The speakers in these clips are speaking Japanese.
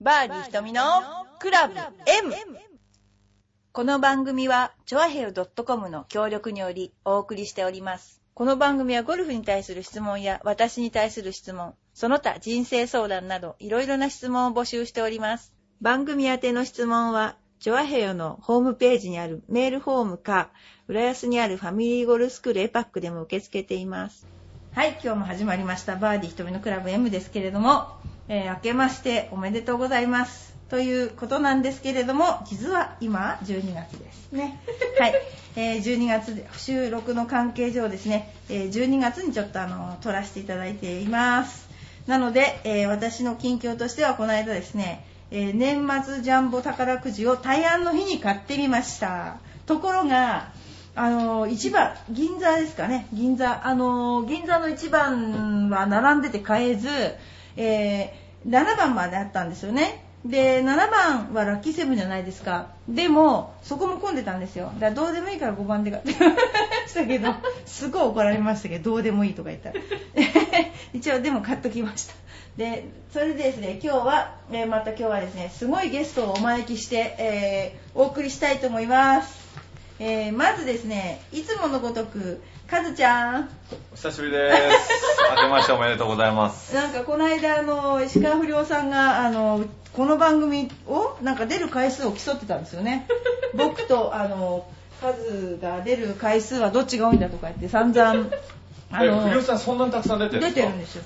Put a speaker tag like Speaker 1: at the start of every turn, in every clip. Speaker 1: バーディー瞳のクラブ M! この番組は、チョアヘル .com の協力によりお送りしております。この番組はゴルフに対する質問や私に対する質問、その他人生相談などいろいろな質問を募集しております。番組宛ての質問は、チョアヘヨのホームページにあるメールフォームか、浦安にあるファミリーゴルフスクールエパックでも受け付けています。はい、今日も始まりました。バーディー瞳のクラブ M ですけれども、えー明けましておめでとうございます。ということなんですけれども、実は今、12月ですね。はい。えー12月で、収録の関係上ですね、えー12月にちょっとあの、撮らせていただいています。なので、えー私の近況としては、この間ですね、えー年末ジャンボ宝くじを大安の日に買ってみました。ところが、あのー一番銀座ですかね銀座あのー銀座の一番は並んでて買えず、えー7番まであったんですよねで7番はラッキーセブンじゃないですかでもそこも混んでたんですよだからどうでもいいから5番で買って したけどすごい怒られましたけどどうでもいいとか言ったら 一応でも買っときましたでそれでですね今日は、えーまた今日はですねすごいゲストをお招きして、えーお送りしたいと思いますえーまずですねいつものごとくカズちゃん
Speaker 2: お久しぶりです。明けましておめでとうございます。
Speaker 1: なんかこの間あの石川不良さんがあのこの番組をなんか出る回数を競ってたんですよ ね僕とあのカズが出る回数はどっちが多いんだとか言って散々あ
Speaker 2: え、不良
Speaker 1: の
Speaker 2: さんそんなにたくさん出てるんで
Speaker 1: 出
Speaker 2: すか
Speaker 1: てるんですよ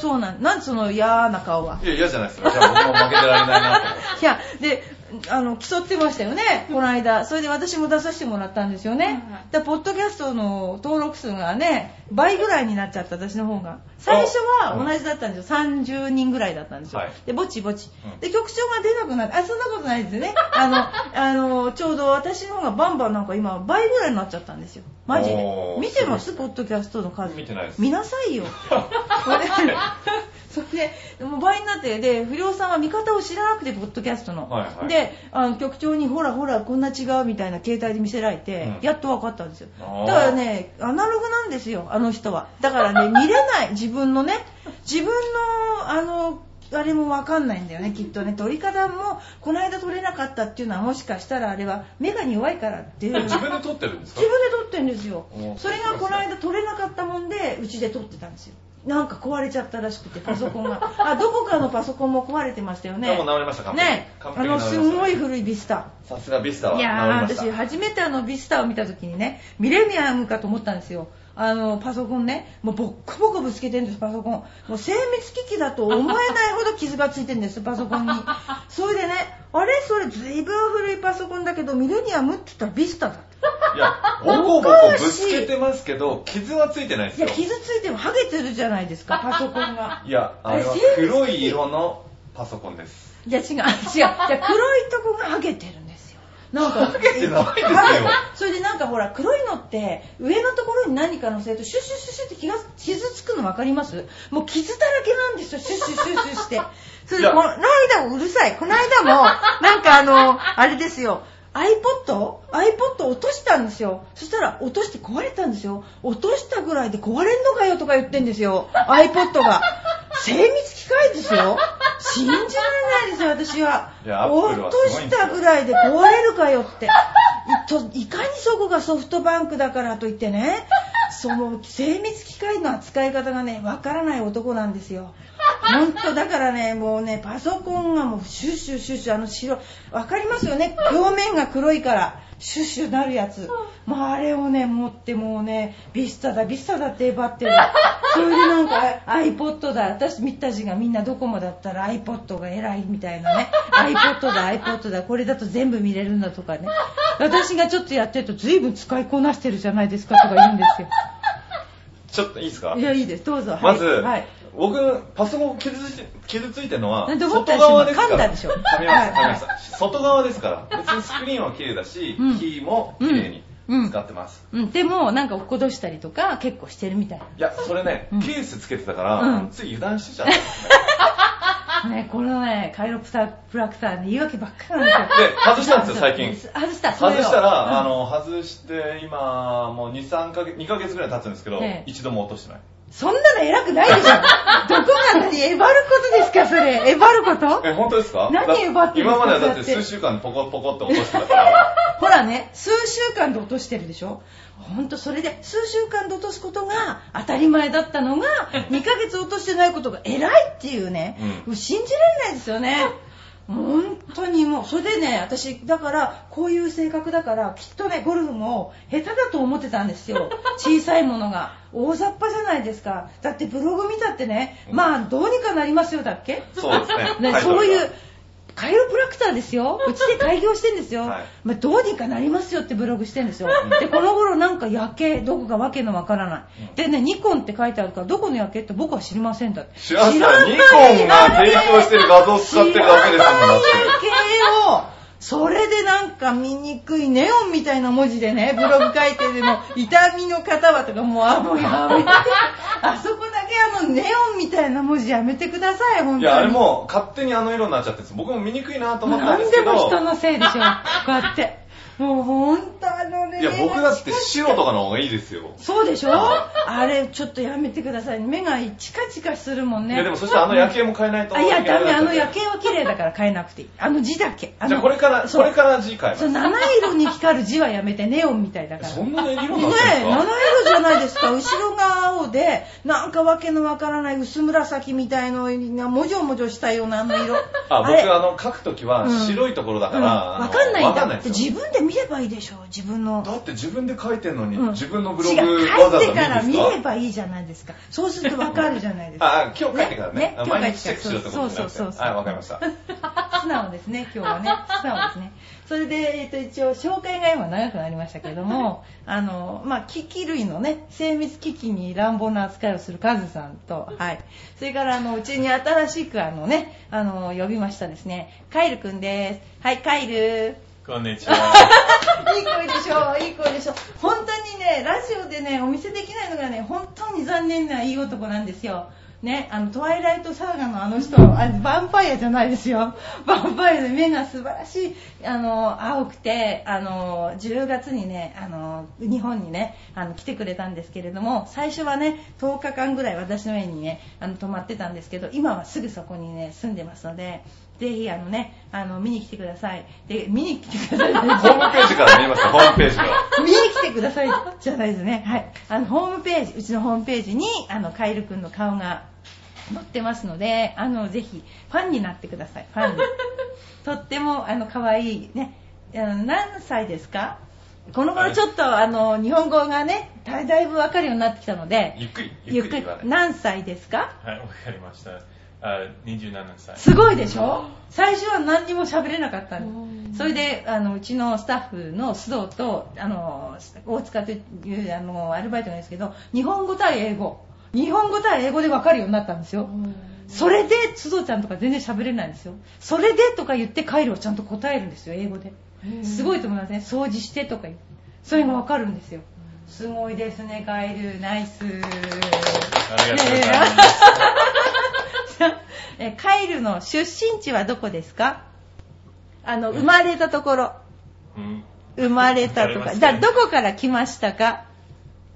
Speaker 1: そうなんなんでその嫌な顔はい
Speaker 2: や、嫌じゃないですよ。じゃあ僕も負けてられないなと思って。
Speaker 1: いや、で、あの、競ってましたよね、この間。それで私も出させてもらったんですよね。だからポッドキャストの登録数がね、倍ぐらいになっちゃった、私の方が。最初は
Speaker 2: うん
Speaker 1: 同じだったんですよ。30人ぐらいだったんですよ。
Speaker 2: はい
Speaker 1: で、ぼちぼち
Speaker 2: う。ん
Speaker 1: で、局長が出なくなって、あ、そんなことないですよね。あの、あの、ちょうど私の方がバンバンなんか今倍ぐらいになっちゃったんですよ。マジで
Speaker 2: お。ー
Speaker 1: 見てますポッドキャストの数。
Speaker 2: 見てないです
Speaker 1: 見なさいよ。 それで、それでもう倍になって、で、不良さんは見方を知らなくて、ポッドキャストの。
Speaker 2: はいはい
Speaker 1: で、あの局長に、ほらほら、こんな違うみたいな携帯で見せられて、
Speaker 2: うん
Speaker 1: やっと分かったんですよ。だ
Speaker 2: あー
Speaker 1: からね、アナログなんですよ、あの人は。だからね、見れない、 自分のね、自分の、あの、あれも分かんないんだよね、きっとね。撮り方も、この間撮れなかったっていうのは、もしかしたらあれは、目が弱いからっていう。
Speaker 2: 自分で撮ってるんです
Speaker 1: 自
Speaker 2: か
Speaker 1: 分で撮ってんですよ
Speaker 2: おー
Speaker 1: それがこの間撮れなかったもんでうちで撮ってたんですよなんか壊れちゃったらしくてパソコンがあどこかのパソコンも壊れてましたよね
Speaker 2: でも治りました完璧に
Speaker 1: ね
Speaker 2: 完
Speaker 1: あ
Speaker 2: 璧に
Speaker 1: の
Speaker 2: 治りまし
Speaker 1: す
Speaker 2: た
Speaker 1: ごい古いビスタ
Speaker 2: さすがビスタはい治り
Speaker 1: やー
Speaker 2: ました。
Speaker 1: 私初めてあのビスタを見た時にねミレミアムかと思ったんですよあのパソコンねもうボッコボコぶつけてるんですパソコンもう精密機器だと思えないほど傷がついてるんですパソコン にそれでねあれそれ随分古いパソコンだけどミレニアムって言ったらビスタだ
Speaker 2: いや、ボコボコぶつけてますけど、傷はついてないで
Speaker 1: い
Speaker 2: す
Speaker 1: や
Speaker 2: よ。
Speaker 1: 傷ついてもハゲてるじゃないですか パソコンが
Speaker 2: いや、あれは
Speaker 1: あれ精密
Speaker 2: 黒い色のパソコンです。
Speaker 1: いや違う違ういや黒いとこがハゲてるんですよなんかハ
Speaker 2: ゲてないですよ
Speaker 1: それでなんかほら黒いのって上のところに何かのせるとシュッシュッシュッシュッって気が傷つくの分かりますもう傷だらけなんですよシュッシュッシュッシュッしてそれで
Speaker 2: いや
Speaker 1: この間もうるさいこの間もなんかあのあれですよ iPod?iPod 落としたんですよ。そしたら落として壊れたんですよ。落としたぐらいで壊れんのかよとか言ってんですよ。iPod が。精密機械ですよ。信じられないですよ、私は。
Speaker 2: いや Apple
Speaker 1: 落
Speaker 2: は
Speaker 1: と
Speaker 2: すごい
Speaker 1: し
Speaker 2: んですよ
Speaker 1: たぐらいで壊れるかよって。いといかにそこがソフトバンクだからといってね、その精密機械の扱い方がね、わからない男なんですよ。本当だからね、もうね、パソコンがもうシュッシュッシュッシュ、あの白い、わかりますよね、表面が黒いから、シュッシュなるやつ。もうあれをね、持ってもうね、ビスタだ、ビスタだって威張ってる。 それでなんか iPod だ、私たちがみんなドコモだったら iPod が偉いみたいなね、iPod だ、iPod だ、これだと全部見れるんだとかね。私がちょっとやってると随分使いこなしてるじゃないですかとか言うんですよ。
Speaker 2: ちょっといいですか
Speaker 1: いや、いいです、どうぞ。はい
Speaker 2: まず、
Speaker 1: はい。
Speaker 2: 僕、パソコン傷ついて傷ついてるのは、
Speaker 1: なんで思っ
Speaker 2: 外
Speaker 1: たりし
Speaker 2: 側
Speaker 1: ます
Speaker 2: ですから。
Speaker 1: 噛んだでしょ
Speaker 2: 噛みました、
Speaker 1: はい
Speaker 2: 噛みました。外側ですから、別にスクリーンは綺麗だし、
Speaker 1: うん
Speaker 2: キーも綺麗に使ってます。
Speaker 1: うん、でもなんか落っことしたりとか結構してるみたい
Speaker 2: いや、それね、
Speaker 1: うん
Speaker 2: ケースつけてたから、
Speaker 1: うん
Speaker 2: つい油断してちゃったんですね。
Speaker 1: な。ね、このね、カイロプター、プラクターね、言い訳ばっかりなんですよ。
Speaker 2: で、外したんですよ、最近。
Speaker 1: 外した、 そ
Speaker 2: 外
Speaker 1: れを
Speaker 2: したら、あ、
Speaker 1: うん
Speaker 2: の、外して、今、もう2、3ヶ月、2ヶ月ぐらい経つんですけど
Speaker 1: ええ、
Speaker 2: 一度も落としてない。
Speaker 1: そんなの偉くないでしょどこが何えばることですかそれ。えばること
Speaker 2: え、本当ですか
Speaker 1: 何
Speaker 2: だ
Speaker 1: 奪ってるんですか
Speaker 2: 今まではだって
Speaker 1: そうやって
Speaker 2: 数週間ポコポコって落としてたから。
Speaker 1: ほらね、数週間で落としてるでしょほんとそれで数週間で落とすことが当たり前だったのが、2ヶ月落としてないことが偉いっていうね、
Speaker 2: うん
Speaker 1: もう信じられないですよね。本当にもう、それでね、私、だから、こういう性格だから、きっとね、ゴルフも下手だと思ってたんですよ。小さいものが。大雑把じゃないですか。だってブログ見たってね、まあ、どうにかなりますよ、だっけ
Speaker 2: そうです
Speaker 1: ね
Speaker 2: ね。タイトル
Speaker 1: そう
Speaker 2: が
Speaker 1: いう。カイロプラクターですよ。うちで開業してんですよ。
Speaker 2: はい
Speaker 1: まあ、どうにかなりますよってブログしてんですよ。で、この頃なんか夜景、どこかわけのわからない。でね、ニコンって書いてあるから、どこの夜景って僕は知りませんだって。
Speaker 2: 知らんすら、ニコンが提供してる画像を使ってるだけですもんだっ
Speaker 1: 夜景を、それでなんか醜いネオンみたいな文字でね、ブログ書いてでも、痛みの方はとかもう、あ、もうや めて。あそこだけあのネオンみたいな文字やめてください、本当
Speaker 2: て。
Speaker 1: に。
Speaker 2: いや、あれもう勝手にあの色になっちゃってるんです僕も見にくいなと思ったんですけど。
Speaker 1: なんでも人のせいでしょ、こうやって。もうほんとあのね。
Speaker 2: いや、僕だって白とかの方がいいですよ。
Speaker 1: そうでしょあれ、ちょっとやめてください。目がチカチカするもん
Speaker 2: い
Speaker 1: ね。
Speaker 2: や、でもそしたらあの夜景も変えないと
Speaker 1: あ、いや、ダメ、あの夜景
Speaker 2: じ
Speaker 1: は綺麗だから変えなくていい。あの字だけ。あの
Speaker 2: ゃあこれから、
Speaker 1: そう
Speaker 2: これから字変えま
Speaker 1: そ
Speaker 2: す
Speaker 1: う、。七色に光る字はやめて、ネオンみたいだから。
Speaker 2: そんな色
Speaker 1: ね
Speaker 2: になってる
Speaker 1: え、
Speaker 2: んで
Speaker 1: 七
Speaker 2: すか
Speaker 1: 色じゃないですか。後ろが青で、なんかわけのわからない薄紫みたいのがもじょもじょしたようなあの色。
Speaker 2: あ、
Speaker 1: れ
Speaker 2: 僕あの、書くときは白いところだから、あの
Speaker 1: わかんないん
Speaker 2: わ
Speaker 1: だ
Speaker 2: かんないですよ
Speaker 1: 自分で見ればいいでしょ自分の
Speaker 2: だって自分で書いてんのに、
Speaker 1: うん
Speaker 2: 自分のブロ
Speaker 1: 違
Speaker 2: グ
Speaker 1: う
Speaker 2: わ
Speaker 1: 書
Speaker 2: ざわ
Speaker 1: いて
Speaker 2: ざ
Speaker 1: から
Speaker 2: 見
Speaker 1: 見
Speaker 2: るんです
Speaker 1: ればいいじゃないですかそうするとわかるじゃないですか
Speaker 2: ああ、今日書いてからね。
Speaker 1: ねね
Speaker 2: あ
Speaker 1: 今日
Speaker 2: 毎日チ
Speaker 1: 書
Speaker 2: ェ
Speaker 1: い
Speaker 2: ッ
Speaker 1: て
Speaker 2: ク
Speaker 1: か
Speaker 2: す
Speaker 1: ら
Speaker 2: るってことですね。
Speaker 1: そうそうそうそう
Speaker 2: はい、わかりま した。
Speaker 1: 素直ですね今日はね素直ですねそれで、えっと、一応紹介が今長くなりましたけれど もあのまあ機器類のね精密機器に乱暴な扱いをするカズさんとはいそれからあのうちに新しくあのねあの呼びましたですねカイルくんですはいカイル
Speaker 2: こんにちは。
Speaker 1: いい声でしょ、いい声でしょ。本当にね、ラジオでね、お見せできないのがね、本当に残念ないい男なんですよ。ね、あの、トワイライトサーガのあの人、あヴァンパイアじゃないですよ。ヴァンパイアで目が素晴らしい、あの、青くて、あの、10月にね、あの、日本にね、あの、来てくれたんですけれども、最初はね、10日間ぐらい私の家にね、あの、泊まってたんですけど、今はすぐそこにね、住んでますので、ぜひあのね、あの、見に来てください。で、見に来てくださいって。
Speaker 2: ホームページから見えました、ホームページが。
Speaker 1: 見に来てくださいじゃないですね。はい。あの、ホームページ、うちのホームページに、あの、カエルくんの顔が載ってますので、あの、ぜひ、ファンになってください。ファンに。とっても、あの、可愛いね。あの何歳ですかこの頃ちょっと、あの、日本語がね、だだいぶわかるようになってきたので、
Speaker 3: ゆっくり、ゆ
Speaker 1: ゆ
Speaker 3: っ
Speaker 1: っ
Speaker 3: く
Speaker 1: く
Speaker 3: り
Speaker 1: り
Speaker 3: 言わな、い。
Speaker 1: 何歳ですか
Speaker 3: はい、わかりました。あ27歳。
Speaker 1: すごいでしょ最初は何にも喋れなかったのそれであのうちのスタッフの須藤とあの大塚というあのアルバイトなんですけど日本語対英語日本語対英語で分かるようになったんですよそれで須藤ちゃんとか全然喋れないんですよそれでとか言って帰るをちゃんと答えるんですよ英語ですごいと思いますね掃除してとか言ってそれが分かるんですよすごいですねカエルナイス
Speaker 3: ありがとうございます。
Speaker 1: えカイルの出身地はどこですかあの、生まれたところ。
Speaker 3: うん、
Speaker 1: 生まれたと
Speaker 3: 生まれま
Speaker 1: か。
Speaker 3: した
Speaker 1: だ
Speaker 3: ね
Speaker 1: どこから来ましたか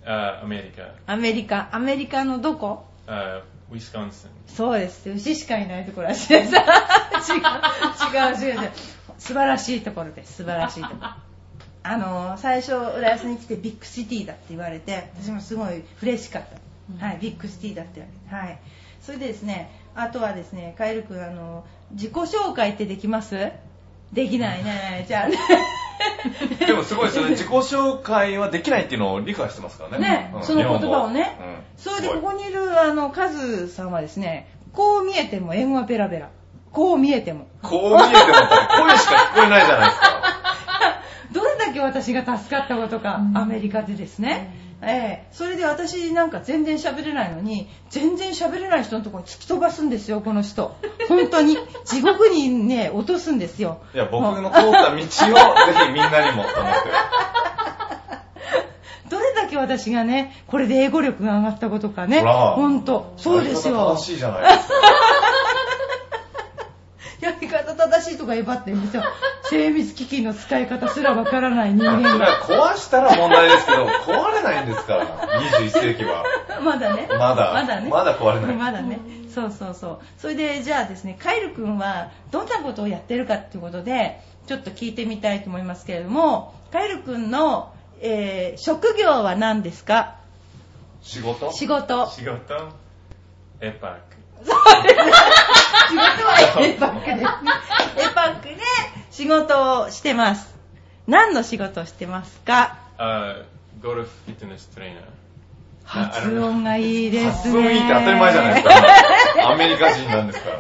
Speaker 3: あアメリカ、
Speaker 1: アメリカ。アメリカのどこ
Speaker 3: あウィスコンシン。
Speaker 1: そうです。牛しかいないところらしいです。違 う、違う、違う、違う。素晴らしいところです。素晴らしいとこ ろ。あの、最初、浦安に来てビッグシティだって言われて、私もすごい嬉しかった。はい、ビッグシティだって言われて。はい。それでですね、あとはですね、カエル君、あの、自己紹介ってできますできないね。じゃあね。
Speaker 2: でもすごいですよね。自己紹介はできないっていうのを理解してますからね。
Speaker 1: ね
Speaker 2: うん
Speaker 1: その言葉をね
Speaker 2: 日
Speaker 1: そ
Speaker 2: 本
Speaker 1: れ
Speaker 2: 語
Speaker 1: で
Speaker 2: うん
Speaker 1: ここにいるあのカズさんはですねこう見えても英語はペラペラこう見えても
Speaker 2: すごいこう見えても、声しか聞こえないじゃないで すか。
Speaker 1: どれだけ私が助かったことか、アメリカでですね、ええそれで私なんか全然喋れないのに全然喋れない人のところに突き飛ばすんですよこの人本当に地獄にね落とすんですよ
Speaker 2: いや、僕
Speaker 1: も
Speaker 2: の
Speaker 1: う
Speaker 2: 通っ た道を、ぜひみんなにも、と思って。
Speaker 1: どれだけ私がねこれで英語力が上がったことかね
Speaker 2: ほら
Speaker 1: 本当そうです
Speaker 2: ありが
Speaker 1: よ
Speaker 2: た正しいじゃないですか。
Speaker 1: やり方正しいとかえばって言うん ですよ精密機器の使い方すらわからない人
Speaker 2: そ
Speaker 1: 間
Speaker 2: れ
Speaker 1: が
Speaker 2: は壊したら問題ですけど、壊れないんですから、21世紀は。
Speaker 1: まだね。
Speaker 2: まだ
Speaker 1: まだね。
Speaker 2: まだ壊れな い
Speaker 1: まだね。そうそうそう。それで、じゃあですね、カイル君はどんなことをやってるかっていうことで、ちょっと聞いてみたいと思いますけれども、カイル君の、えー職業は何ですか
Speaker 2: 仕事
Speaker 1: 仕事。仕
Speaker 3: 仕事エパ
Speaker 1: 事はエパッ クですね。エパックで仕事をしてます。何の仕事をしてますか
Speaker 3: ーク。ゴルフフィットネストレーナー。ああれ
Speaker 1: 発音がいいですね。
Speaker 2: 発音いいって当たり前じゃないで すか。アメリカ人なんですから。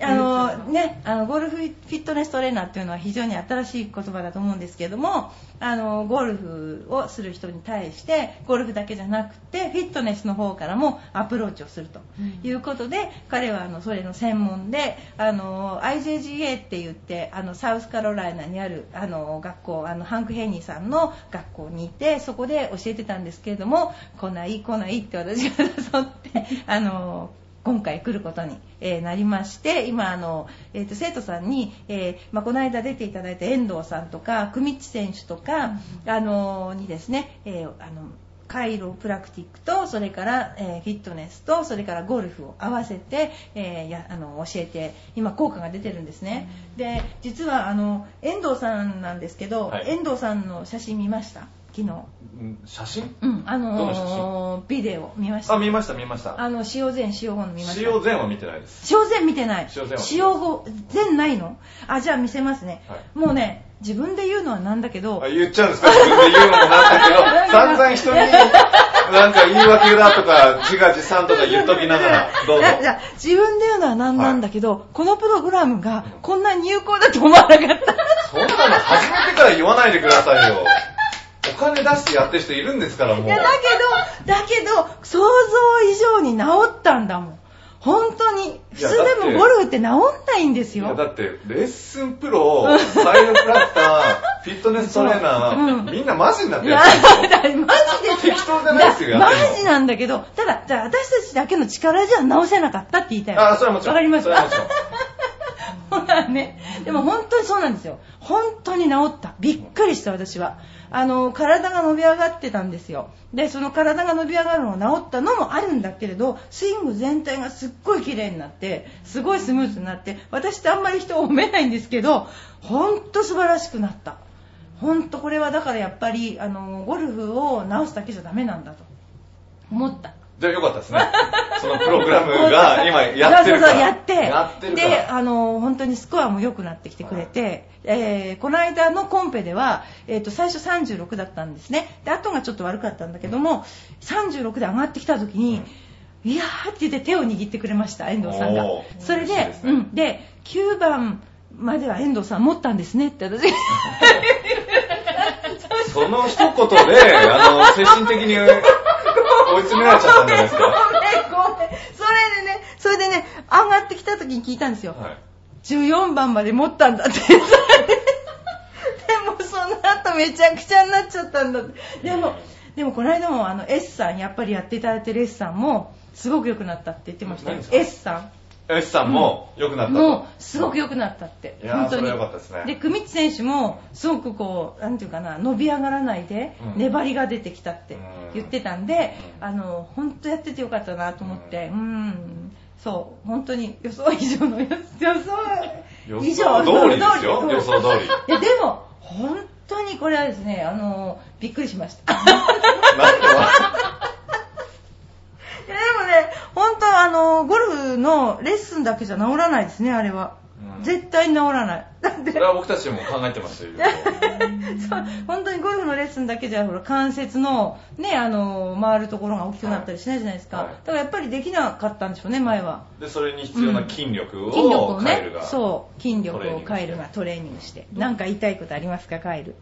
Speaker 1: あのね、あのゴルフフィットネストレーナーっていうのは非常に新しい言葉だと思うんですけれどもあのゴルフをする人に対してゴルフだけじゃなくてフィットネスの方からもアプローチをするということで、彼はあのそれの専門であの IJGA って言ってあのサウスカロライナにあるあの学校あのハンク・ヘイニーさんの学校にいてそこで教えてたんですけれども来ない来ないって私が誘ってあの今回来ることに、えーなりまして今あの、えーと生徒さんに、えーまあ、この間出ていただいた遠藤さんとか久道選手とか、あのにですね、えーあのカイロプラクティックとそれから、えーフィットネスとそれからゴルフを合わせて、えーやあの教えて今効果が出てるんですね、で実はあの遠藤さんなんですけど、
Speaker 2: はい
Speaker 1: 遠藤さんの写真見ました昨日、
Speaker 2: うん写真
Speaker 1: うんあ
Speaker 2: どの
Speaker 1: のビデオ見ました
Speaker 2: あ、見ました見ました。
Speaker 1: あの塩前塩後の見ました
Speaker 2: 使用前は見てないです。
Speaker 1: 塩前見てない
Speaker 2: 塩前は
Speaker 1: 塩後前ないのあじゃあ見せますね、
Speaker 2: はい
Speaker 1: もうね自分で言うのはなんだけど
Speaker 2: あ言っちゃうんですか自分で言うのも なんだけど、散々人に、なんか言い訳だとか、自画自賛とか言っときながら、どうぞ。
Speaker 1: じゃあ自分で言うのはなんなんだけど、このプログラムがこんなに有効だと思わな かった
Speaker 2: そんなの始めてから言わないでくださいよ。お金出してやってる人いるんですから、もう。
Speaker 1: いやだけどだけど想像以上に治ったんだもん本当に普
Speaker 2: いや
Speaker 1: 通
Speaker 2: だっ
Speaker 1: で
Speaker 2: て
Speaker 1: もゴルフって治んないんです
Speaker 2: いや
Speaker 1: よ
Speaker 2: だって、レッスンプロ、サイドクラッター、フィットネストレーナー、みんなマジになっ
Speaker 1: い
Speaker 2: てや
Speaker 1: や
Speaker 2: ってるんですよ。
Speaker 1: だからマジですよ
Speaker 2: 適当じゃないですよ、や
Speaker 1: マ
Speaker 2: ってるの
Speaker 1: ジなんだけど、ただ、じゃあ私たちだけの力じゃ直せなかったって言いたいわ
Speaker 2: あ、それはもちろん。
Speaker 1: わかりまし
Speaker 2: それはもち
Speaker 1: た。
Speaker 2: ろん。
Speaker 1: ほらね。でも本当にそうなんですよ。本当に治った。びっくりした、私は。あの、体が伸び上がってたんですよ。で、その体が伸び上がるのが治ったのもあるんだけれど、スイング全体がすっごい綺麗になって、すごいスムーズになって、私ってあんまり人を褒めないんですけど、本当素晴らしくなった。本当これはだからやっぱり、あの、ゴルフを治すだけじゃダメなんだと思った。
Speaker 2: じゃあよかったですね。そのプログラムが今やってるか
Speaker 1: そう
Speaker 2: ら。
Speaker 1: そうやって。
Speaker 2: やってるから。
Speaker 1: で、あの、本当にスコアも良くなってきてくれて、えーこの間のコンペでは、えっ、と、最初36だったんですね。で、後がちょっと悪かったんだけども、36で上がってきた時に、いやーって言って手を握ってくれました、遠藤さんが
Speaker 2: おー。
Speaker 1: それで、
Speaker 2: 嬉しいです
Speaker 1: う
Speaker 2: ね
Speaker 1: ん。で、9番までは遠藤さん持ったんですねって私が
Speaker 2: その一言で、あの、精神的に追い詰められちゃったんじゃないです
Speaker 1: ごめん
Speaker 2: か。
Speaker 1: ごめん。それでね、それでね、上がってきた時に聞いたんですよ。
Speaker 2: はい。
Speaker 1: 14番まで持ったんだって。それでもその後めちゃくちゃになっちゃったんだって。でも、でもこの間もあの S さん、やっぱりやっていただいてる S さんも、すごく良くなったって言ってましたよ
Speaker 2: 何。それ
Speaker 1: S さ
Speaker 2: よしさんも良くなっ
Speaker 1: ん
Speaker 2: たと。
Speaker 1: もうすごく良くなったって。
Speaker 2: いやー
Speaker 1: 本当に。
Speaker 2: それは良かったですね
Speaker 1: で、久道選手も、すごくこう、なんていうかな、伸び上がらないで、
Speaker 2: うん
Speaker 1: 粘りが出てきたって言ってたんで、
Speaker 2: うん
Speaker 1: あの、本当やってて良かったなと思って、うん、そう、本当に予想以上の予予想
Speaker 2: 予
Speaker 1: 以
Speaker 2: 想
Speaker 1: 上
Speaker 2: 通りですよ。
Speaker 1: うん
Speaker 2: 予想通り。
Speaker 1: いやでも本当にこれはですねあのびっくりしました い
Speaker 2: なんで
Speaker 1: やでもね本当あのゴルフのレッスンだけじゃ治らないですねあれは、
Speaker 2: うん
Speaker 1: 絶対に治らないだって
Speaker 2: それは僕たちも考えてましたよ。いろいろ
Speaker 1: そう本当にゴルフのレッスンだけじゃほら関節のねあの回るところが大きくなったりしないじゃないですか、
Speaker 2: はいはい
Speaker 1: だからやっぱりできなかったんでしょうね前は
Speaker 2: で、それに必要な筋力を、
Speaker 1: 筋力を
Speaker 2: カエ
Speaker 1: ね
Speaker 2: ルが
Speaker 1: そう筋力
Speaker 2: トレーニ
Speaker 1: を
Speaker 2: ングして
Speaker 1: カエルがトレーニングしてなんか言いたいことありますかカ エル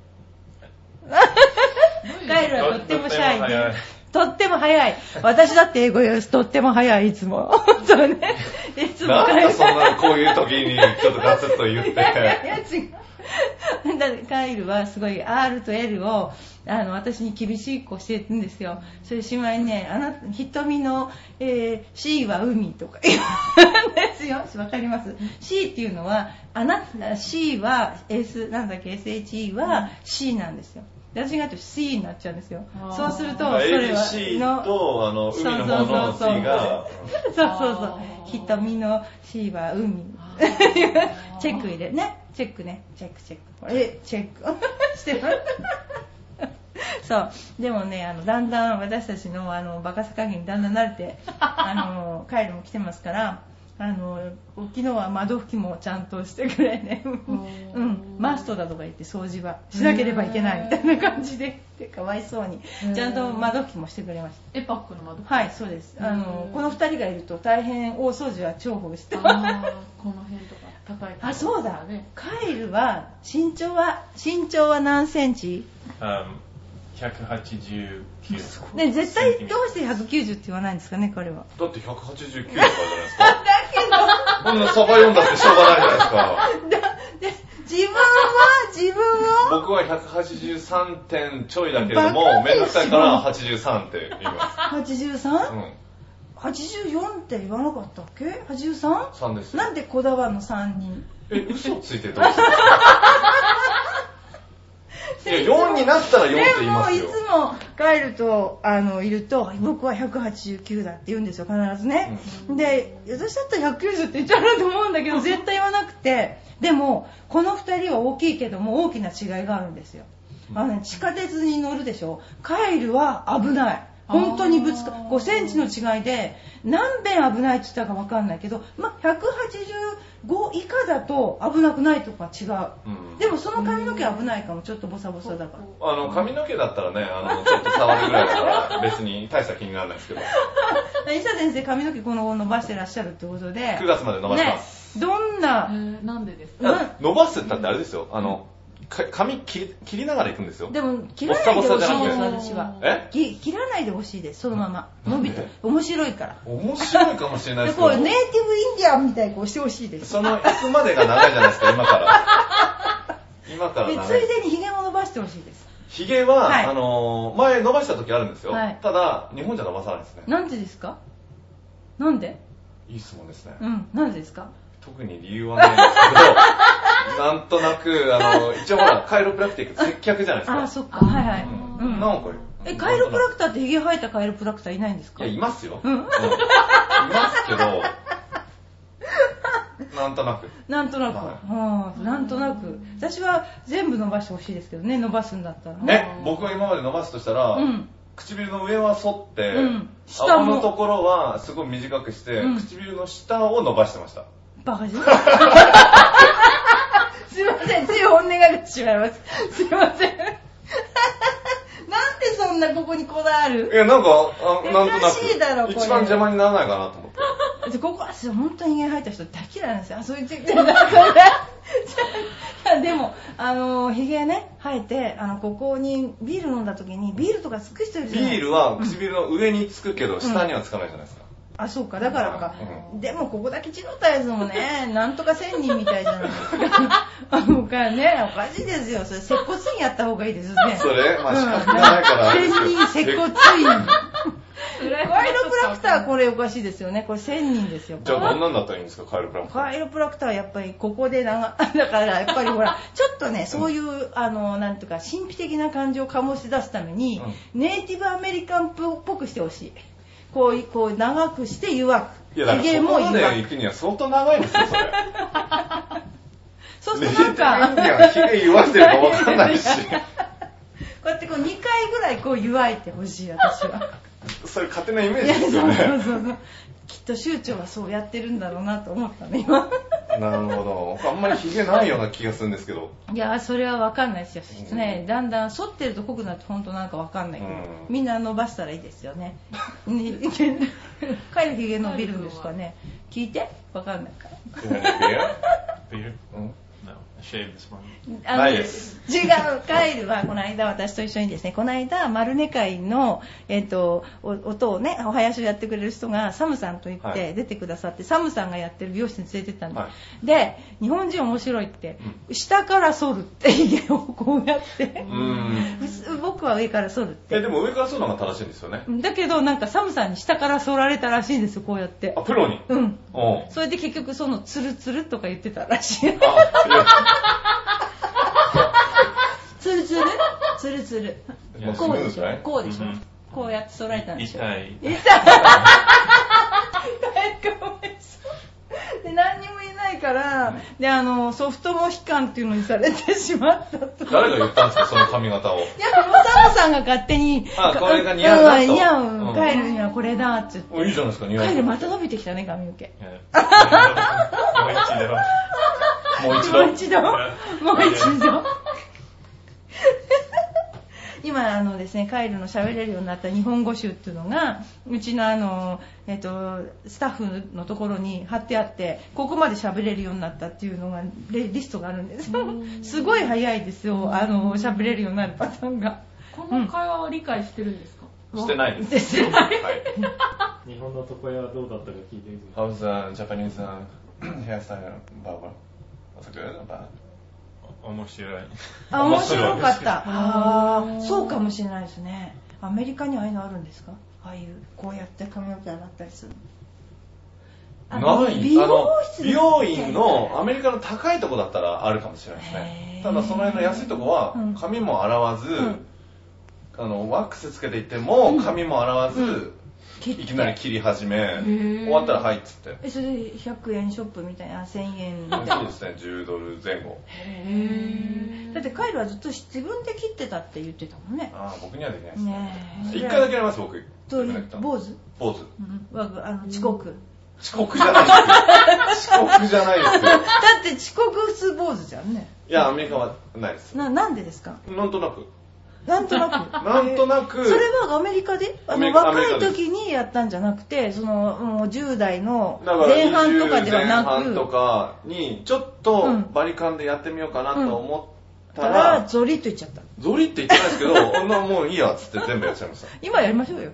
Speaker 1: カエルはとってもシャイ
Speaker 3: とっても早い
Speaker 1: でとっても早い私だって英語よしとっても早いいつも そうねいつも
Speaker 2: なん
Speaker 1: カエ
Speaker 2: で
Speaker 1: ル
Speaker 2: そんな、こういう時にちょっとガツッと言 っ
Speaker 1: いやい
Speaker 2: て。
Speaker 1: や違う。だからカイルはすごい R と L をあの私に厳しく教えてるんですよ。それしまいにね、あなた、瞳の、えー C は海とか言うんですよ。わかります ?C っていうのは、あなた、C は S なんだっけ、SHE は C なんですよ。私がと C になっちゃうんですよ
Speaker 4: あー
Speaker 1: そうするとそれは
Speaker 2: ABC と、あの、海の方の
Speaker 1: そうそうそうそう
Speaker 2: C が、
Speaker 1: そうそうそう
Speaker 4: あー
Speaker 1: 瞳の C は海
Speaker 4: あ
Speaker 1: チェック入れねチェックねチェックチェックこれえチェック してますそうでもねあのだんだん私たちのあのバカさ加減にだんだん慣れてあ の帰るも来てますからあの昨日は窓拭きもちゃんとしてくれね、うん、マストだとか言って掃除はしなければいけないみたいな感じ でってかわいそうに
Speaker 4: うん
Speaker 1: ちゃんと窓拭きもしてくれまし
Speaker 4: エパックの窓
Speaker 1: たはいそうですあの
Speaker 4: うん
Speaker 1: この2人がいると大変大掃除は重宝してます
Speaker 4: あーこの辺とか高いか ら
Speaker 1: あそうだ
Speaker 4: ね
Speaker 1: カイルは身長は身長は何センチ
Speaker 3: Um, 189.
Speaker 1: ね絶対どうして190って言わないんですかね彼は
Speaker 2: だって189とかじゃないですか。こんなサバ読んだってしょうがないじゃないですか。
Speaker 1: で自分は自分を
Speaker 2: 僕は183点ちょいだけれども、
Speaker 1: バカでしょ
Speaker 2: めんどくさいから83って言います。う
Speaker 1: 83?84
Speaker 2: ん。
Speaker 1: って言わなかったっけ 83?
Speaker 2: 3です。
Speaker 1: なんでこだわの3人
Speaker 2: え、嘘ついてどうするいや、4になったら4って言い
Speaker 1: で
Speaker 2: ま
Speaker 1: も
Speaker 2: す
Speaker 1: い
Speaker 2: よ。
Speaker 1: つも帰るとあのいると僕は189だって言うんですよ必ずね、で私だったら190って言っちゃうなと思うんだけど絶対言わなくてでもこの2人は大きいけども大きな違いがあるんですよあのね地下鉄に乗るでしょカイルは危ない本当にぶつか
Speaker 4: あー
Speaker 1: 5センチの違いで何遍危ないって言ったか分かんないけど、まあ、185以下だと危なくないとか違う
Speaker 2: うん
Speaker 1: でもその髪の毛危ないかもちょっとボサボサだから
Speaker 2: あの、髪の毛だったらね、あの、ちょっと触るぐらいだから、別に大した気にならないですけど、
Speaker 1: 伊佐先生髪の毛この後伸ばしてらっしゃるってことで
Speaker 2: 9月まで伸ばします。
Speaker 1: ね、どん
Speaker 4: え
Speaker 1: な、
Speaker 4: ーなんでですか
Speaker 1: うん
Speaker 2: あ伸ばすったってあれですよ、あの、か髪切り切りながら行くんですよ。
Speaker 1: でも切らないでほしい
Speaker 2: ボ
Speaker 1: です
Speaker 2: サボサじゃな
Speaker 4: くて
Speaker 1: 私は
Speaker 2: え
Speaker 1: き切らないでほしいですそのまま伸び
Speaker 2: な
Speaker 1: て
Speaker 2: んで
Speaker 1: 面白いから
Speaker 2: 面白いかもしれない
Speaker 1: で
Speaker 2: ですけ
Speaker 1: こ
Speaker 2: ど
Speaker 1: うネイティブインディアンみたいにこうしてほしいです
Speaker 2: その行くまでが長いじゃないですか、今から。今から
Speaker 1: でつ
Speaker 2: 長い
Speaker 1: い。でにヒゲも伸ばしてほしいです
Speaker 2: ヒゲは、
Speaker 1: はい
Speaker 2: あのー前伸ばした時あるんですよ。
Speaker 1: はい
Speaker 2: ただ、日本じゃ伸ばさないですね。
Speaker 1: なんでですかなんで
Speaker 2: いい質問ですね。
Speaker 1: うんなんでですか
Speaker 2: 特に理由はないんです けど、なんとなく、あの、一応ほら、カイロプラクティック接客じゃないですか。
Speaker 1: あーそっかはいはい、
Speaker 2: うん
Speaker 1: うん
Speaker 2: なんかよ
Speaker 1: えカイロプラ
Speaker 2: ク
Speaker 1: クターってヒゲ生えたカイロプラクターいないんです
Speaker 2: い
Speaker 1: か
Speaker 2: や、いますよ。
Speaker 1: うん
Speaker 2: いますけ ど、なんとなく。
Speaker 1: なんとなく、
Speaker 2: は
Speaker 1: うんなんとなく私は全部伸ばしてほしいですけどね伸ばすんだったらね
Speaker 2: え、僕が今まで伸ばすとしたら、
Speaker 1: うん
Speaker 2: 唇の上は反って、
Speaker 1: うん下
Speaker 2: 顎
Speaker 1: も
Speaker 2: のところはすごい短くして、
Speaker 1: うん
Speaker 2: 唇の下を伸ばしてました。
Speaker 1: バ カじゃんすいませんつい本音が出てしまいますすいませんなんでそんなここにこだわる
Speaker 2: いや、なんか、あなんとな
Speaker 1: おかしいだろこ
Speaker 2: く、
Speaker 1: れ
Speaker 2: 一番邪魔にならないかなと思って。
Speaker 1: でここは本当に家入った人大嫌い なんですよ。あ、そう言 ってくれたから。でも、あの、ヒゲね、生えて、あの、ここにビール飲んだ時に、ビールとかつく人いるじゃない
Speaker 2: ビールは唇の上につくけど、下にはつかないじゃないですか。
Speaker 1: あ、そうか、だからか。
Speaker 2: う
Speaker 1: でも、ここだけチロったやつも ね、なんとか千人みたいじゃないですか。あの、おかね、おかしいですよ。それ、接骨院やった方がいいですよね。
Speaker 2: それ、まあ
Speaker 1: うん
Speaker 2: 仕方がな いからあ
Speaker 1: 千
Speaker 2: れですけど。
Speaker 1: 人接 骨院。カイロプラクター、これおかしいですよね。これ千人ですよ。
Speaker 2: じゃあ、どんなんだったらいいんですか、カイロプラクター。
Speaker 1: カイロプラクターはやっぱりここで長、 だからやっぱりほ ら、ちょっとね、そういう、あの、なんとか、神秘的な感情を醸し出すために、ネイティブアメリカンっぽくしてほしい。こう、こう、長くして誘惑。
Speaker 2: いや、だから
Speaker 1: ヒゲ
Speaker 2: そ
Speaker 1: も
Speaker 2: こま
Speaker 1: 誘
Speaker 2: で
Speaker 1: 惑
Speaker 2: 行。くには相当長いんですよ、そ れ。
Speaker 1: そうするとなん
Speaker 2: い
Speaker 1: か、
Speaker 2: や、ひげ言わせてるかわかん ないし。
Speaker 1: こうやってこう2回ぐらいこう、湯わいてほしい、私は。
Speaker 2: それ勝手なイメー
Speaker 1: い
Speaker 2: ジ
Speaker 1: や、
Speaker 2: です
Speaker 1: そう
Speaker 2: よ
Speaker 1: そう
Speaker 2: ね。
Speaker 1: そうそう。きっと州長はそうやってるんだろうなと思ったの、今。
Speaker 2: なるほど。あんまりひげないような気がするんですけど。
Speaker 1: いやーそれは分かんないですよ、ね、だんだん反ってると濃くなって本当なんか分かんないけど、
Speaker 2: うん
Speaker 1: みんな伸ばしたらいいですよ ねね帰るひげ伸びるんですかね聞いて分かんないから
Speaker 3: Beard?
Speaker 2: うん
Speaker 3: No. I shaved this morning.
Speaker 1: あの
Speaker 2: ないです
Speaker 1: 違うカイルはこの間私と一緒にですねこの間丸根会の、えっとお音をねお囃子をやってくれる人がサムさんと言っ
Speaker 2: は
Speaker 1: て
Speaker 2: い
Speaker 1: 出てくださって、サムさんがやってる美容室に連れてったんで、
Speaker 2: は
Speaker 1: で日本人面白いって、下から反るってひげをこうやって
Speaker 2: う。ん。
Speaker 1: う僕は上から剃るっ
Speaker 2: え、
Speaker 1: て
Speaker 2: でも上からそうのが正しいんですよね。
Speaker 1: だけどなんかサムさんに下から剃られたらしいんですよこうやって
Speaker 2: あ、プロに。
Speaker 1: うん
Speaker 2: おう
Speaker 1: それで結局そのツルツルとか言 ってたらしい
Speaker 2: あ、いや
Speaker 1: ツルツルツツルツル。
Speaker 2: もうス
Speaker 1: こ
Speaker 2: ム
Speaker 1: う
Speaker 2: ー
Speaker 1: でし
Speaker 2: ズ
Speaker 1: ょ
Speaker 2: だね。
Speaker 1: こうでしょ
Speaker 3: Mhm.
Speaker 1: こうやって揃えたんでしょ
Speaker 3: 痛い。
Speaker 1: 痛い ごめんなさいで何にもいないから、であのソフトモヒカンっていうのにされてしま ったとい
Speaker 2: 誰が言ったんですか、その髪型を。
Speaker 1: やでもサムさんが勝手に
Speaker 2: あこれが似合うなと
Speaker 1: ん似合う、
Speaker 2: うん
Speaker 1: カエルにはこれだって
Speaker 2: おいいじゃないですか、似
Speaker 1: 言って
Speaker 2: 合
Speaker 1: カエ
Speaker 2: う
Speaker 1: ル。また伸びてきたね髪の毛
Speaker 3: Yeah. もう一度。
Speaker 2: もう一
Speaker 1: もう
Speaker 2: 度。
Speaker 1: 一度もう一度 今あのですねカエルの喋れるようになった日本語集っていうのがうちのあの、えっと、スタッフのところに貼ってあってここまで喋れるようになったっていうのがレリストがあるんですすごい早いですよあの喋れるようになるパターンが
Speaker 5: この会話を理解してるんですか、
Speaker 2: してないです。
Speaker 1: ですよね
Speaker 2: はい。
Speaker 6: 日本の床屋はどうだったか聞いてみて
Speaker 2: How's the Japanese uh, hairstyle, Barbara? Was it good or bad?
Speaker 3: 面白い。
Speaker 1: あ面
Speaker 2: 面白い
Speaker 1: 白かったああそうかもしれないですねアメリカにああいうのあるんですかああいうこうやって髪の毛洗ったりするのあ
Speaker 2: ない
Speaker 1: 美
Speaker 2: あ
Speaker 1: 容
Speaker 2: の
Speaker 1: 室
Speaker 2: 美容院のアメリカの高いとこだったらあるかもしれないです
Speaker 1: へ
Speaker 2: ね
Speaker 1: ー
Speaker 2: ただその辺の安いとこは
Speaker 1: うん
Speaker 2: 髪も洗わず、
Speaker 1: ん
Speaker 2: あのワックスつけていても髪も洗わず、
Speaker 1: 切
Speaker 2: い
Speaker 1: って
Speaker 2: きなり切り始め
Speaker 5: ー
Speaker 2: 終わったらはいっつって
Speaker 1: えそれで100円ショップみたいな1000円みたい
Speaker 2: そ
Speaker 1: な
Speaker 2: うですね10ドル前後
Speaker 1: へーだってカイルはずっと自分で切ってたって言ってたもんね
Speaker 2: ああ僕にはできないですね
Speaker 1: ねえ
Speaker 2: 一回だけやります僕
Speaker 1: と
Speaker 2: 自分でやったの
Speaker 1: 坊 主、
Speaker 2: 坊主
Speaker 1: うん、わあの遅刻
Speaker 2: 遅刻じゃないですよ遅刻じゃないですよ
Speaker 1: だって遅刻普通坊主じゃんね
Speaker 2: いやアメリカはないです
Speaker 1: ななんでですか
Speaker 2: なんとなく
Speaker 1: なんとなく
Speaker 2: なんとな
Speaker 1: そ
Speaker 2: く
Speaker 1: れはアメリカであ
Speaker 2: ア
Speaker 1: の
Speaker 2: メリカ
Speaker 1: 若
Speaker 2: アメ
Speaker 1: い
Speaker 2: リカです
Speaker 1: 時にやったんじゃなくてそのもう10代の
Speaker 2: だから
Speaker 1: 前半とかではな
Speaker 2: 20前半
Speaker 1: く
Speaker 2: とかにちょっとバリカンでやってみようかなと思った
Speaker 1: た
Speaker 2: ら、
Speaker 1: らゾリッといっちゃった
Speaker 2: ゾリって言ってないですけ どこんなもういいやっつって全部やっちゃいました
Speaker 1: 今やりましょうよ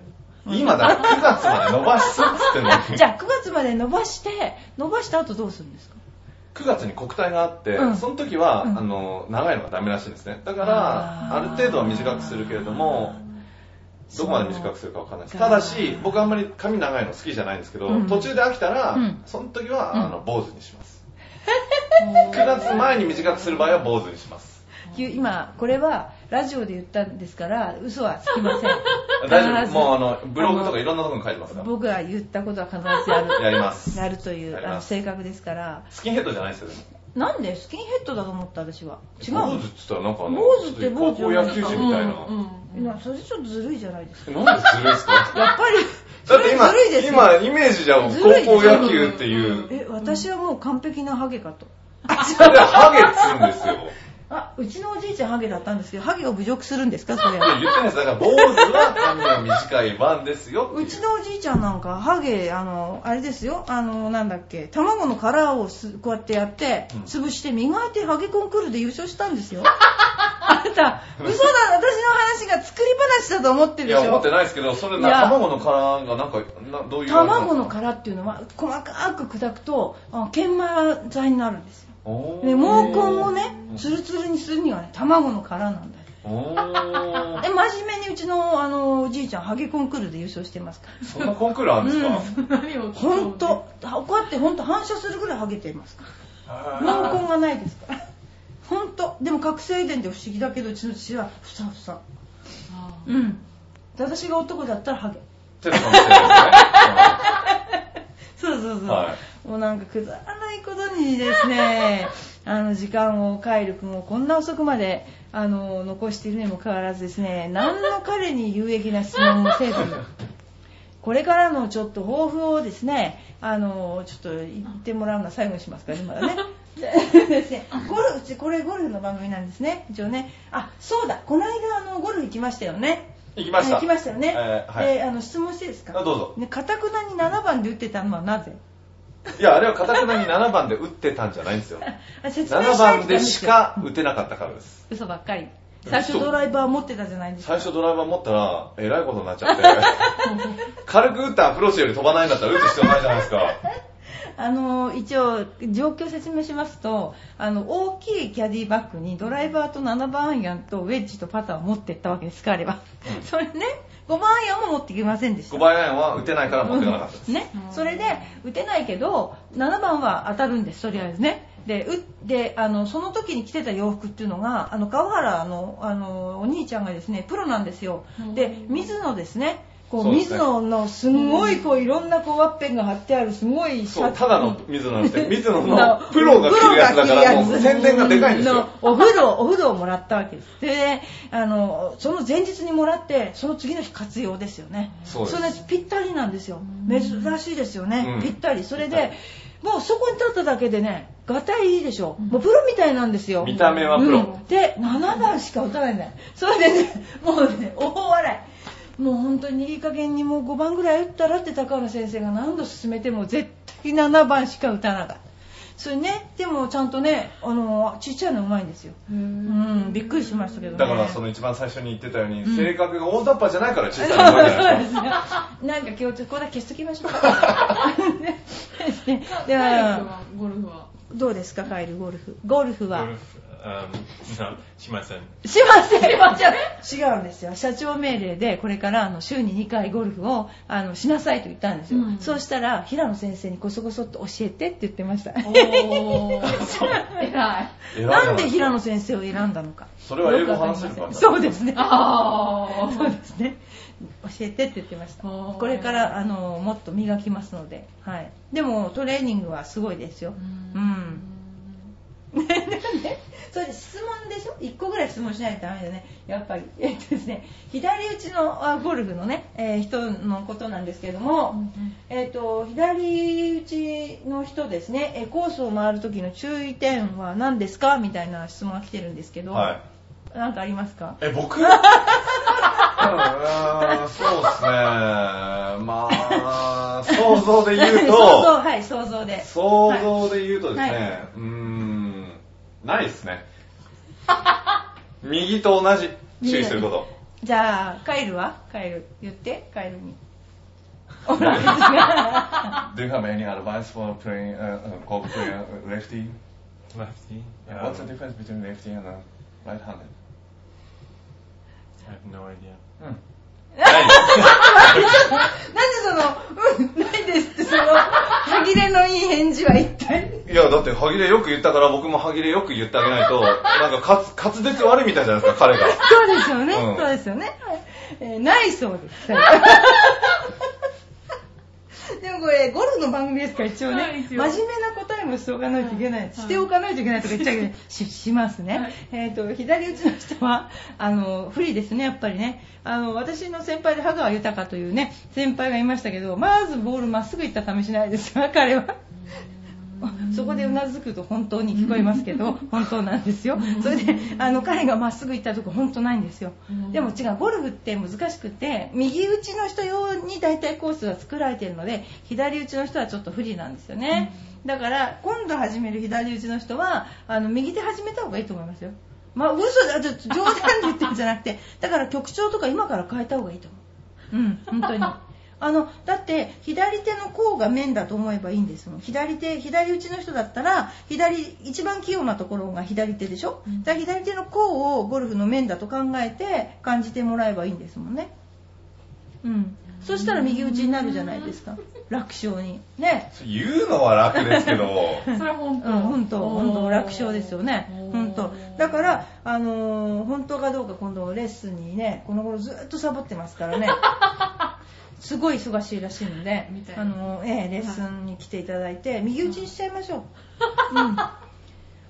Speaker 2: 今だから9月まで伸ばすっつってんのに
Speaker 1: じゃあ9月まで伸ばして伸ばした後どうするんですか
Speaker 2: 9月に国体があって、
Speaker 1: うん
Speaker 2: その時は、
Speaker 1: うん
Speaker 2: あの長いのがダメらしいんですねだから
Speaker 1: あー
Speaker 2: ある程度は短くするけれどもどこまで短くするかわかんないですただし僕あんまり髪長いの好きじゃないんですけど、
Speaker 1: うん
Speaker 2: 途中で飽きたら、
Speaker 1: うん
Speaker 2: その時は、
Speaker 1: うん
Speaker 2: あの坊主にします9月前に短くする場合は坊主にします
Speaker 1: ゆ今これはラジオで言ったんですから嘘はつき ません
Speaker 2: 大丈
Speaker 1: 必
Speaker 2: 夫
Speaker 1: ず
Speaker 2: もうあのブログとかいろんなとこに書いてますから
Speaker 1: 僕が言ったことは必ずやる
Speaker 2: やります
Speaker 1: やるという
Speaker 2: やり
Speaker 1: あ
Speaker 2: ま
Speaker 1: の
Speaker 2: す
Speaker 1: 性格ですから
Speaker 2: スキンヘッドじゃないですよでも
Speaker 1: なんでスキンヘッドだと思った私は違う
Speaker 2: 坊主っつったらなんかあの
Speaker 1: 坊主って坊主
Speaker 2: 高校野球児みたいな、
Speaker 5: うん
Speaker 1: いやそれちょっとずるいじゃないですか
Speaker 2: なんでずるいんですか
Speaker 1: やっぱり
Speaker 2: だって今
Speaker 1: ずるいですよ
Speaker 2: 今イメージじゃん
Speaker 1: ず
Speaker 2: 高
Speaker 1: るい
Speaker 2: 校野球っていう
Speaker 1: え私はもう完璧なハゲかと
Speaker 2: それハゲっつうんですよ。
Speaker 1: あうちのおじいちゃんハゲだったんですけどハゲを侮辱するんですかそれ
Speaker 2: いや言ってないです。だから、坊主は髪は短い版ですよ。
Speaker 1: うちのおじいちゃんなんかハゲあのあれですよあのなんだっけ卵の殻をすこうやってやって
Speaker 2: うん
Speaker 1: 潰して磨いてハゲコンクールで優勝したん ですよあなた嘘だ私の話が作り話だと思ってる
Speaker 2: い
Speaker 1: でし
Speaker 2: や、思って
Speaker 1: ょ
Speaker 2: ないですけど、それ
Speaker 1: いや
Speaker 2: な、卵の殻がなんか、などういう。
Speaker 1: 卵の。殻っていうのは細かく砕くとあ研磨剤になるんですよ
Speaker 2: おー
Speaker 1: で毛根をねツルツルにするにはね卵の殻なんだよ
Speaker 2: おー
Speaker 1: で真面目にうちのあのおじいちゃんハゲコンクールで優勝してますから
Speaker 2: そんなコンクールあるんですか
Speaker 5: うん何を聞こう
Speaker 1: 本当こうやって本当反射するぐらいハゲていますから毛根がないですから本当でも覚醒遺伝って不思議だけどうちの父はふさふさ
Speaker 5: あ
Speaker 1: うんで私が男だったらハゲ
Speaker 2: 手のかもしれ な
Speaker 1: そうそうそう、
Speaker 2: は
Speaker 1: もうなんかくだらないことにですねあの時間をカイル君をこんな遅くまであの残しているにもかかわらずですね何の彼に有益な質問もせずこれからのちょっと抱負をですねあのちょっと言ってもらうのは最後にしますからねまだね。ですねゴルフうちこれゴルフの番組なんですね一応ねあそうだこの間あのゴルフ行きましたよね
Speaker 2: い。行きました。
Speaker 1: 行きましたよね、
Speaker 2: えーはい
Speaker 1: であの質問していいですか
Speaker 2: あどうぞ
Speaker 1: ねかたくなに7番で打ってたのはなぜ
Speaker 2: いや、あれは片手に7番で打ってたんじゃないんですよ。
Speaker 1: あ 説明
Speaker 2: 7
Speaker 1: したいって言ったん
Speaker 2: 番ですし
Speaker 1: よ
Speaker 2: か打てなかったからです。
Speaker 1: 嘘ばっかり最初ドライバー持ってたじゃないですか
Speaker 2: 最初ドライバー持ったら、えらいことになっちゃって、軽く打ったアプローチより飛ばないんだったら打つ必要ないじゃないですか。
Speaker 1: あの一応状況を説明しますとあの大きいキャディバッグにドライバーと7番アイアンとウェッジとパターを持ってったわけです彼は、それね5番アイアンも持ってきませんでした
Speaker 2: 5倍アイアンは打てないから持っていかなかったです。
Speaker 1: ね、それで打てないけど7番は当たるんですとりあえずねでうであのその時に着てた洋服っていうのがあの川原のあのお兄ちゃんがですねプロなんですよ
Speaker 5: うん
Speaker 1: で水野ですねこう
Speaker 2: そうです
Speaker 1: 水
Speaker 2: ね
Speaker 1: 野のすごいこういろんなこうワッペンが貼ってあるすごいシ
Speaker 2: そ
Speaker 1: ャ
Speaker 2: う、
Speaker 1: ツ
Speaker 2: ただの水野なん ですよ。水野
Speaker 1: の
Speaker 2: のプロが着るやつだから、も
Speaker 1: プロが着るや
Speaker 2: う
Speaker 1: つ
Speaker 2: 宣伝がでかいんですよ。
Speaker 1: のお風呂、お風呂をもらったわけです。で、あの、その前日にもらって、その次の日活用ですよね。
Speaker 2: そうです
Speaker 1: れぴったりなんですよ。珍しいですよね。
Speaker 2: うん
Speaker 1: ぴったり。それ
Speaker 2: ぴっ
Speaker 1: で、もうそこに立っただけでね、がたいいいでしょ。もうプロみたいなんですよ。
Speaker 2: 見た目はプロ。
Speaker 1: うんで、7番しか打たないんだよ。それでね、もうね、大笑い。もう本当にいい加減にもう5番ぐらい打ったらって高原先生が何度勧めても絶対7番しか打たなかった。それね、でもちゃんとね、あの、ちっちゃいのうまいんですよ。うん、びっくりしましたけどね。
Speaker 2: だからその一番最初に言ってたように、性格が大雑把じゃないから小
Speaker 1: そう
Speaker 2: さな声じゃない
Speaker 1: で
Speaker 2: ですす
Speaker 1: ね。 なんか今日ちょっとこれだけ消しときましょうか。ね で
Speaker 5: で
Speaker 1: は、
Speaker 5: は、ゴルフは。
Speaker 1: どうですか、カイル、ゴルフ。ゴルフは。
Speaker 3: Um, no, しません。
Speaker 1: しません。違うんですよ。社長命令で、これからあの週に2回ゴルフをあのしなさいと言ったんですよ。
Speaker 5: うん
Speaker 1: そうしたら、平野先生にこそこそっと教えてって言ってました。
Speaker 5: おー、偉い。
Speaker 2: か。
Speaker 1: なんで
Speaker 2: ひら
Speaker 1: 平野先生を選んだのか。
Speaker 2: それは英語話せるから。
Speaker 1: そうですね。
Speaker 5: あ
Speaker 1: そうですね。教えてって言ってました。
Speaker 5: おー
Speaker 1: これからあのもっと磨きますので、はい。でもトレーニングはすごいですよ。
Speaker 5: ー。
Speaker 1: うん。それで質問でしょ1個ぐらい質問しないとダメだねやっぱりえっとですね左打ちのあゴルフのね、えー人のことなんですけれども、えっと左打ちの人ですね、えーコースを回る時の注意点は何ですかみたいな質問が来てるんですけど、
Speaker 2: はい。
Speaker 1: なんかありますか
Speaker 2: え、 僕うんうーんそうですね。まあ、想像で言う
Speaker 1: 想像
Speaker 2: と、
Speaker 1: はい想像で
Speaker 2: 想像で言うとです
Speaker 1: は
Speaker 2: ね、うーん、ないですね。右と同じ、注意すること。
Speaker 1: じゃあカエルはカエル言ってカエル に
Speaker 2: Do you have any advice for playing, uh, uh, golf player, uh, lefty?
Speaker 3: Lefty.
Speaker 2: Yeah, What's the
Speaker 3: Um,
Speaker 2: difference between lefty and uh, right-handed?
Speaker 3: I have no idea.
Speaker 2: うん。
Speaker 1: なんでその「うんないです」ってその歯切れのいい返事は一体
Speaker 2: いや、だって、歯切れよく言ったから、僕も歯切れよく言ってあげないと、なんか滑、滑舌悪いみたいじゃないですか、彼が。
Speaker 1: そうですよね。
Speaker 2: うん
Speaker 1: そうですよね。えーないそうです。でもこれ、ゴルフの番組ですから、一応ね、
Speaker 5: は
Speaker 1: 真
Speaker 5: い一
Speaker 1: 面目
Speaker 5: 応
Speaker 1: な答えもしておかないといけない、
Speaker 5: はい
Speaker 1: しておかないといけないとか言っちゃうけど、ししますね。
Speaker 5: はい
Speaker 1: えっ、と、左打ちの人は、 あの、不利ですね、やっぱりね。あの、私の先輩で羽川豊というね、先輩がいましたけど、まずボールまっすぐ行ったためしないですよ、彼は。そこでうなずくと本当に聞こえますけど、本当なんですよ。それで、あの、彼がまっすぐ行ったとこ本当ないんですよ
Speaker 5: うん。
Speaker 1: でも違う、ゴルフって難しくて、右打ちの人用に大体コースが作られているので、左打ちの人はちょっと不利なんですよね。だから、今度始める左打ちの人は、あの、右手始めた方がいいと思いますよ。まあ、嘘だ、ちょっと冗談で言ってるんじゃなくて、だから曲調とか今から変えた方がいいと思う。うん、本当に。あの、だって、左手の甲が面だと思えばいいんですもん。左手、左打ちの人だったら、左、一番器用なところが左手でしょ、だから左手の甲をゴルフの面だと考えて感じてもらえばいいんですもんね。うん。そしたら右打ちになるじゃないですか。楽勝に。ね。
Speaker 2: 言うのは楽ですけど、
Speaker 5: それ本当。、
Speaker 1: うん、本当、本当、楽勝ですよね。本当。だからら、あのー本当かどうか今度レッスンにね、この頃ずっとサボってます からね。すごい忙しいらしいので
Speaker 5: みたい、な
Speaker 1: あのー、ええレッスンに来ていただいて、右打ちにしちゃいまし ょう。うん。あ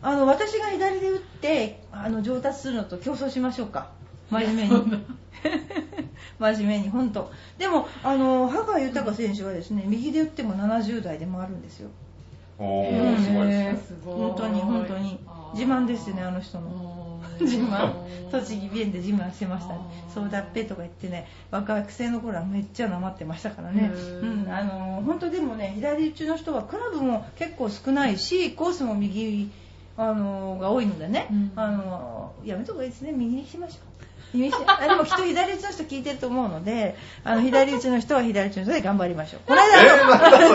Speaker 1: の、私が左で打って、あの、上達するのと競争しましょうか。真面目に。 真面目に、本当。でも、あのー、羽川豊選手はですね、右で打っても70代で回るんですよ。
Speaker 2: お
Speaker 5: え
Speaker 2: ー、
Speaker 5: ー
Speaker 2: すごいですね。
Speaker 5: すごい
Speaker 1: 本当に本当に
Speaker 5: あー
Speaker 1: 自慢ですねあの人の
Speaker 5: お ー
Speaker 1: 自慢栃木弁で自慢してましたね
Speaker 5: あー
Speaker 1: そうだっぺとか言ってね若学生の頃はめっちゃなまってましたからね
Speaker 5: へー
Speaker 1: うんあのー本当でもね左打ちの人はクラブも結構少ないしコースも右あのーが多いのでね、
Speaker 5: うん
Speaker 1: あのーやめとこがいいですね右にしましょう右にしあでもきっと左打ちの人聞いてると思うのであの左打ちの人は左打ちの人で頑張りましょうこの間あの
Speaker 2: えー、なんだそ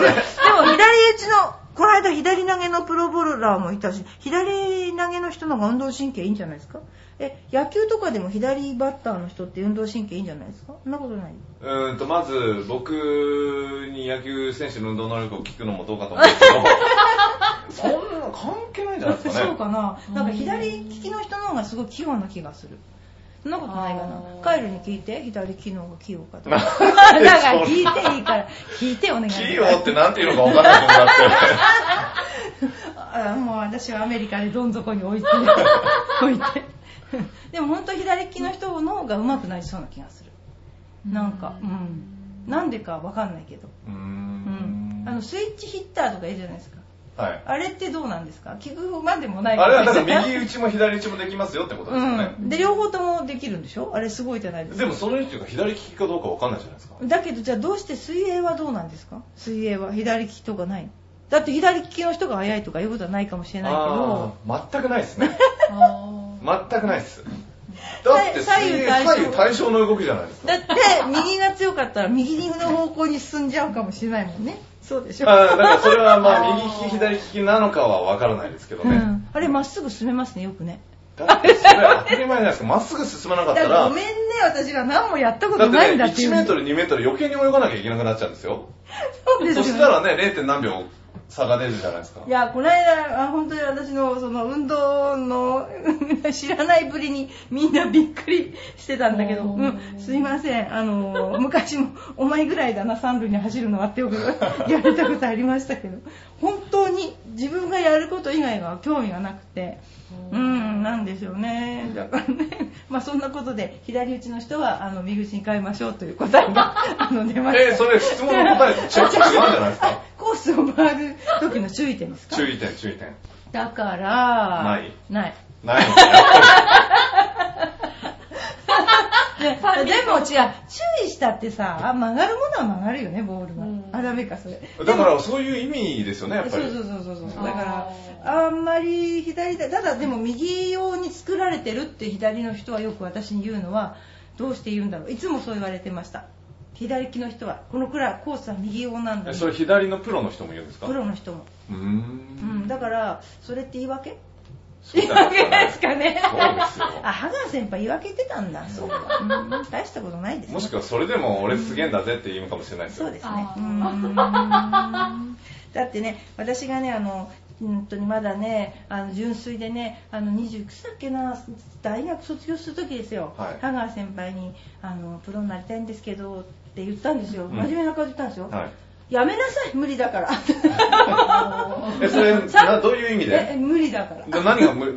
Speaker 1: で
Speaker 2: れ。
Speaker 1: も左打ちのこの間左投げのプロボーラーもいたし、左投げの人の方が運動神経いいんじゃないですかえ、野球とかでも左バッターの人って運動神経いいんじゃないですかそんなことない。
Speaker 2: うーんと、まず、僕に野球選手の運動能力を聞くのもどうかと思うんですけど、そんな関係ないんじゃないですかね。
Speaker 1: そうかな。なんか左利きの人の方がすごい器用な気がする。そんなことないか
Speaker 5: あ
Speaker 1: な。
Speaker 5: ー
Speaker 1: カイルに聞いて、左機能が器用かとか。
Speaker 2: な
Speaker 1: だ
Speaker 2: んで
Speaker 1: から聞いていいから、聞いてお願い
Speaker 2: 企業ってなんていうのか分かんないと思って。
Speaker 1: あもう私はアメリカでどん底に置 いて置いてでも本当左利きの人の方が上手くなりそうな気がするなんかうんなんでかわかんないけど、
Speaker 2: うー
Speaker 1: うん
Speaker 2: ん。
Speaker 1: あのスイッチヒッターとかいるじゃないですか
Speaker 2: はい。
Speaker 1: あれってどうなんですか聞くまでもない
Speaker 2: あれはだから右
Speaker 1: ね
Speaker 2: 打ちも左打ちもできますよってことですよね。
Speaker 1: うんで両方ともできるんでしょあれすごいじゃないです
Speaker 2: で
Speaker 1: か
Speaker 2: もその人が左利きかどうか分かんないじゃないですか。
Speaker 1: だけどじゃあどうして水泳はどうなんですか水泳は左利きとかないだって左利きの人が速いとかいうことはないかもしれないけど
Speaker 2: あー全くないですね。
Speaker 5: あ
Speaker 2: 全くないです。だって
Speaker 1: 左
Speaker 2: 水
Speaker 1: 右
Speaker 2: 泳
Speaker 1: 対称
Speaker 2: 左右対称の動きじゃないですか。
Speaker 1: だって右が強かったら右の方向に進んじゃうかもしれないもんねそうでしょ、
Speaker 2: あーだからそれはまあ右利き左利きなのかは分からないですけど
Speaker 1: う
Speaker 2: ね。
Speaker 1: ん、あれまっすぐ進めますねよくね
Speaker 2: だってそれは当たり前じゃないですか。まっすぐ進まなか
Speaker 1: だ
Speaker 2: っ
Speaker 1: か
Speaker 2: た
Speaker 1: ら
Speaker 2: ら
Speaker 1: ご、めんね私ら何もやったこ
Speaker 2: だ
Speaker 1: と
Speaker 2: っ
Speaker 1: ない
Speaker 2: て
Speaker 1: ん
Speaker 2: ね、
Speaker 1: だってい
Speaker 2: 1
Speaker 1: う
Speaker 2: メートル2メートル余計に泳がなきゃいけなくなっちゃうんですよ。
Speaker 1: そうですよ
Speaker 2: そ
Speaker 1: ね
Speaker 2: したらね、0. 何秒差が出るじゃないですか
Speaker 1: い。やこの間あ本当に私のその運動の知らないぶりにみんなびっくりしてたんだけど、
Speaker 5: お
Speaker 1: う
Speaker 5: ー
Speaker 1: ん、すいませんあの昔もお前ぐらいだな三塁に走るのはってよく言われたことありましたけど本当に自分がやること以外は興味がなくて。うん、なんですよね。だからね、まあそんなことで、左打ちの人は、あの、右打ちに変えましょうという答えが、あの、出まし
Speaker 2: え
Speaker 1: た。
Speaker 2: ー、それ質問の答えとちょっと違うんじゃないですか
Speaker 1: あコースを回る時の注意点ですか
Speaker 2: 注意点、注意点。
Speaker 1: だから、
Speaker 2: ない。
Speaker 1: ない。
Speaker 2: ないのね。
Speaker 1: ででも違う、注意したってさ、曲がるものは曲がるよね、ボールが。
Speaker 5: うん
Speaker 1: あ、ダメか、それ。
Speaker 2: だからそういう意味ですよね、やっぱ
Speaker 1: そう
Speaker 2: り。
Speaker 1: そうそうそうそう。だ
Speaker 5: あー
Speaker 1: から、あんまり左だ、ただでも右用に作られてるって左の人はよく私に言うのは、どうして言うんだろう。いつもそう言われてました。左利きの人は、このくらいコースは右用なんだよ。
Speaker 2: えそれ左のプロの人も言うんですか
Speaker 1: プロの人も。
Speaker 2: うー。
Speaker 1: うんん、だから、それって言い訳
Speaker 2: そう
Speaker 1: 言い
Speaker 2: じゃない
Speaker 1: 訳
Speaker 2: ですか
Speaker 1: で
Speaker 2: ね
Speaker 1: すかね。
Speaker 2: そうですよ
Speaker 1: あ、羽川先輩言い訳言ってたんだ。そうか。うん、大したことないですね。
Speaker 2: もしくはそれでも俺すげえんだぜって言うかもしれないですよ。
Speaker 1: そうですね
Speaker 5: あ。
Speaker 1: う
Speaker 5: ー
Speaker 1: んだってね、私がね、あの、うんとにまだね、あの純粋でね、あの29歳だっけな、大学卒業する時ですよ、
Speaker 2: はい
Speaker 1: 香川先輩にあのプロになりたいんですけどって言ったんですよ、
Speaker 2: ん
Speaker 1: 真面目な顔で言ったんですよ、
Speaker 2: はい。
Speaker 1: やめなさい、無理だから、
Speaker 2: え、それ、などういう意味
Speaker 1: え
Speaker 2: で
Speaker 1: 無理だから、
Speaker 2: な何が無理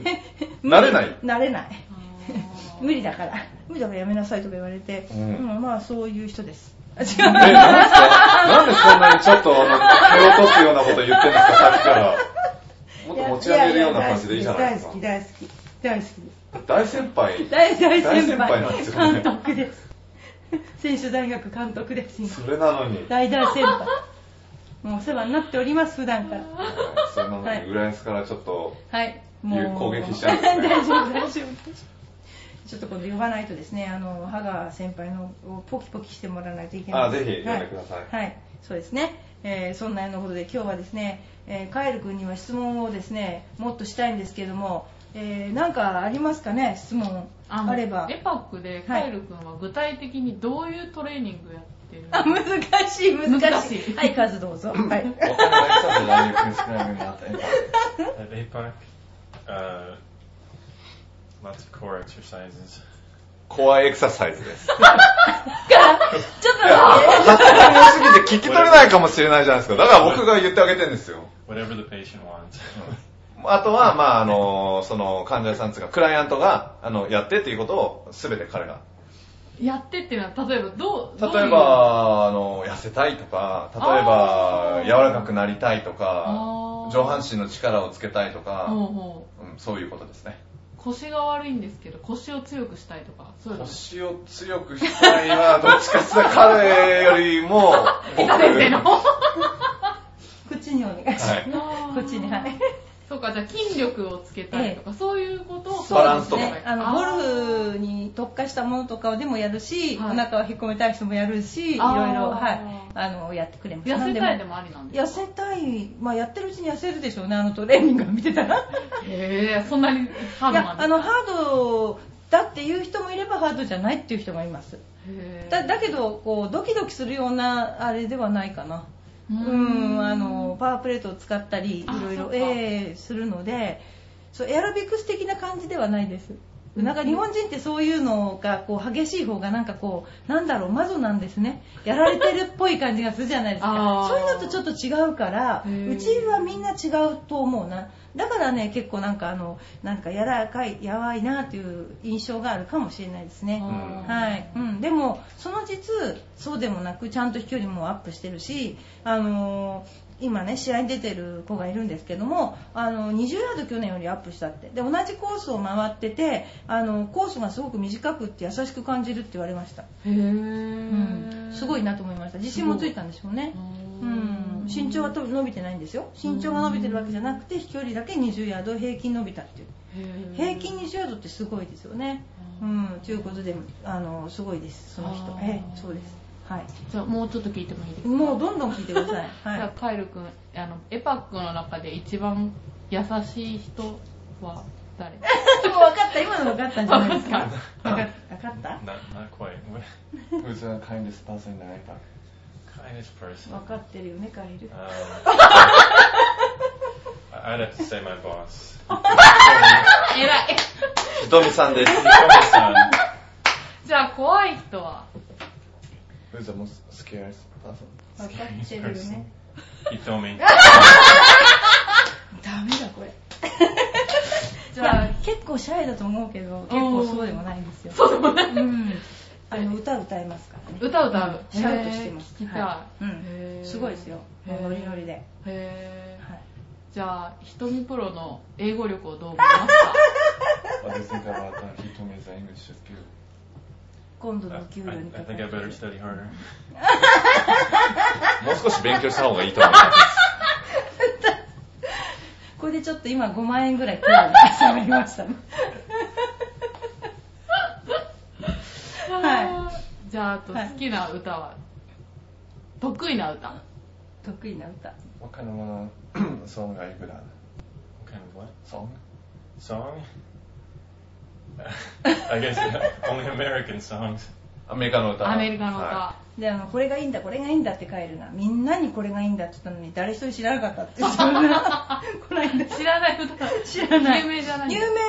Speaker 2: 慣れない
Speaker 1: 慣れない、無理だから、無理だからやめなさいとか言われて、
Speaker 2: うん
Speaker 1: うんまあそういう人です。あ違
Speaker 2: え、
Speaker 1: う
Speaker 2: なんですかなんでそんなにちょっと、あの、蹴落とすようなこと言ってるんですか、さっきから。もっと持ち上げるような感じでいいじゃないですか
Speaker 1: 大好。き、大好き、大好きです。
Speaker 2: 大先輩。
Speaker 1: 大大先
Speaker 2: 大
Speaker 1: 輩
Speaker 2: なんですよ
Speaker 1: 監
Speaker 2: ね。
Speaker 1: 督です選手大学監督です
Speaker 2: それなのに。
Speaker 1: 大大先輩もうお世話になっております普段から
Speaker 2: それなのに、浦安からちょっと、
Speaker 1: はいも
Speaker 2: いう
Speaker 1: う
Speaker 2: 攻撃しちゃうんですね
Speaker 1: 大丈夫大丈夫ちょっと今度呼ばないとですねあの羽川先輩のをポキポキしてもらわないといけない
Speaker 2: あぜひ呼んでください
Speaker 1: はい、はいそうですね、えーそんなようなことで今日はですね、えーカエル君には質問をですねもっとしたいんですけれども、えーなんかありますかね質問
Speaker 5: あの
Speaker 1: あれば
Speaker 5: エパックでカエル君は具体的にどういうトレーニングやってるの
Speaker 1: あ、難しい、難しい。
Speaker 5: 難しい
Speaker 1: はい、数どうぞ。はい。
Speaker 3: APAC, uh, lots of core exercises.
Speaker 2: コアエクササイズです。
Speaker 1: ちょっと待って。
Speaker 2: 発音良すぎて聞き取れないかもしれないじゃないですか。だから僕が言ってあげてるんですよ。
Speaker 3: Whatever the patient wants.
Speaker 2: あとは、まあ、あの、その患者さんつうか、クライアントが、あの、やってっていうことを、すべて彼が。
Speaker 5: やってっていうのは例えばどうどういう
Speaker 2: 例えば、あの、痩せたいとか、例えば
Speaker 5: あ、ー
Speaker 2: 柔らかくなりたいと
Speaker 5: あ
Speaker 2: か、
Speaker 5: ー
Speaker 2: 上半身の力をつけたいと
Speaker 5: ほう
Speaker 2: か、
Speaker 5: ほう
Speaker 2: うんそういうことですね。
Speaker 5: 腰が悪いんですけど腰を強くしたいとかそういうの
Speaker 2: 腰を強くしたいは、 どっちかっていうと彼よりも、僕、
Speaker 5: 先生の
Speaker 2: は
Speaker 1: こっちにお願いします。
Speaker 2: い。
Speaker 1: こっちに、はい。
Speaker 5: そうか、じゃあ筋力をつけたりとか、そういうことを。
Speaker 2: バランスとか
Speaker 1: ね、あのゴルフに特化したものとかでもやるし、
Speaker 5: はい
Speaker 1: お腹をへこめたい人もやるし、い
Speaker 5: あ
Speaker 1: ろ
Speaker 5: ー
Speaker 1: いろ、はい、あのやってくれます。
Speaker 5: 痩せたいで
Speaker 1: なん
Speaker 5: もありなん
Speaker 1: で
Speaker 5: で
Speaker 1: 痩
Speaker 5: す
Speaker 1: せたい、まあ、やってるうちに痩せるでしょうね、あのトレーニングを見てたら。 い
Speaker 5: かへえ、そんなにハードな
Speaker 1: や
Speaker 5: ん、で
Speaker 1: あ
Speaker 5: す
Speaker 1: の
Speaker 5: か
Speaker 1: ハードだっていう人もいれば、ハードじゃないっていう人もいます。
Speaker 5: へえ
Speaker 1: だだけどこう、ドキドキするようなあれではないかな。
Speaker 5: う
Speaker 1: うん、あのパワープレートを使ったりい
Speaker 5: あ
Speaker 1: ろい
Speaker 5: そっ
Speaker 1: ろ、
Speaker 5: か
Speaker 1: ええするのでそうエアロビクス的な感じではないです。
Speaker 5: うん
Speaker 1: なんか日本人ってそういうのがこう激しい方がなんかこうなんだろうマゾなんですねやられてるっぽい感じがするじゃないです
Speaker 5: あ
Speaker 1: か
Speaker 5: ー
Speaker 1: そういうのとちょっと違うから
Speaker 5: へー
Speaker 1: うちはみんな違うと思うなだからね結構なんかあのなんかやらかいやばいなという印象があるかもしれないですね。
Speaker 5: あー
Speaker 1: はい、うん、でもその実そうでもなくちゃんと飛距離もアップしてるし、あのー今ね試合に出てる子がいるんですけども、あの20ヤード去年よりアップしたってで同じコースを回ってて、あのコースがすごく短くって優しく感じるって言われました、
Speaker 5: へ
Speaker 1: う
Speaker 5: え、
Speaker 1: ん、すごいなと思いました自信もついたんでしょうね、うん、身長は多分伸びてないんですよ身長が伸びてるわけじゃなくて飛距離だけ20ヤード平均伸びたっていう平均20ヤードってすごいですよね。うん、ということで、あの、すごいです、その人
Speaker 5: あ。ー
Speaker 1: ええ、そうです。は
Speaker 5: じゃあもうちょっと聞いてもいいです
Speaker 1: い。
Speaker 5: か
Speaker 1: もうどんどん聞いてくだ さい。は
Speaker 5: じゃあ
Speaker 1: い。
Speaker 5: カイル君あのエパックの中で一番優しい人は 誰
Speaker 1: もう分かった、今の分かったんじゃないですか。
Speaker 5: わ
Speaker 1: 分
Speaker 5: か
Speaker 1: かった。分かった
Speaker 3: Not, not quite.
Speaker 2: Who's the kindest person in APAC?
Speaker 3: Kindest person.
Speaker 1: 分かってるよね、カエル
Speaker 3: Um,。I- I'd have to say my boss.
Speaker 5: 偉い
Speaker 2: ひとみさん です。
Speaker 3: Hitomi-san.
Speaker 5: じゃあ怖い人は
Speaker 2: Who's the most scariest person?
Speaker 1: 分かってるよね。
Speaker 3: Hitomi.
Speaker 1: ダメだ、これ。
Speaker 5: じゃあ
Speaker 1: いや結構シャイだと思うけど、結構そうでもないんですよ。
Speaker 5: そうでもない
Speaker 1: うん。あの、歌歌いますからね。
Speaker 5: 歌歌う
Speaker 1: シャウトしてます。
Speaker 5: へー聞きたい、
Speaker 1: はいうん。すごいですよ。もうノリノリ
Speaker 5: で
Speaker 1: で。
Speaker 5: へー
Speaker 1: はい。
Speaker 5: じゃあ瞳プロの英語力をどう思います
Speaker 2: What do you think about uh, Hitomi's English skill?
Speaker 1: 今度
Speaker 3: I,
Speaker 1: の給料に
Speaker 3: I,
Speaker 1: かか
Speaker 3: I think
Speaker 1: る
Speaker 3: I。better study harder.
Speaker 2: もう少し勉強した方がいいと思います。
Speaker 1: これでちょっと今5万円ぐらい黒で下がりましたね。
Speaker 5: か
Speaker 1: はい
Speaker 5: じゃああと好きな歌は、得意な歌
Speaker 1: 得意な歌。
Speaker 2: What kind of uh, song are you good at?
Speaker 3: What kind of what?
Speaker 2: Song?
Speaker 3: Song? I guess uh, only American songs.
Speaker 2: アメリカの歌。
Speaker 5: アメリカの歌、
Speaker 2: は
Speaker 1: で、あの、これがいいんだ、これがいいんだって帰るな。みんなにこれがいいんだって言ったのに、誰一人知らなかった って。そんな、こないだ。
Speaker 5: 知らない歌
Speaker 1: 知らない。
Speaker 5: 有名じゃない
Speaker 1: 有名、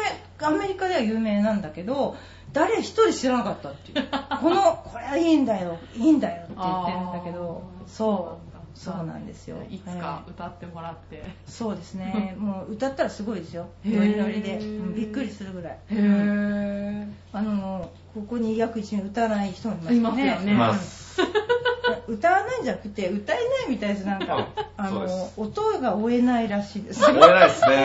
Speaker 1: アメリカでは有名なんだけど、誰一人知らなかったっていう。この、これはいいんだよ、いいんだよって言ってるんだけど
Speaker 5: あ、ー
Speaker 1: そう、そうなんですよ。
Speaker 5: いつか歌ってもらって、
Speaker 1: そうですね。もう歌ったらすごいですよ。
Speaker 5: へー
Speaker 1: ノリノリで。うんびっくりするぐらい。
Speaker 5: へ
Speaker 1: あの、ここに約1名歌わない人もいます
Speaker 5: えいますよね
Speaker 2: います。
Speaker 1: 歌わないんじゃなくて、歌えないみたいです。なんか、
Speaker 2: うん
Speaker 1: あ
Speaker 2: そうで
Speaker 1: の
Speaker 2: す、
Speaker 1: 音が追えないらしい です。
Speaker 2: 踊れないですね。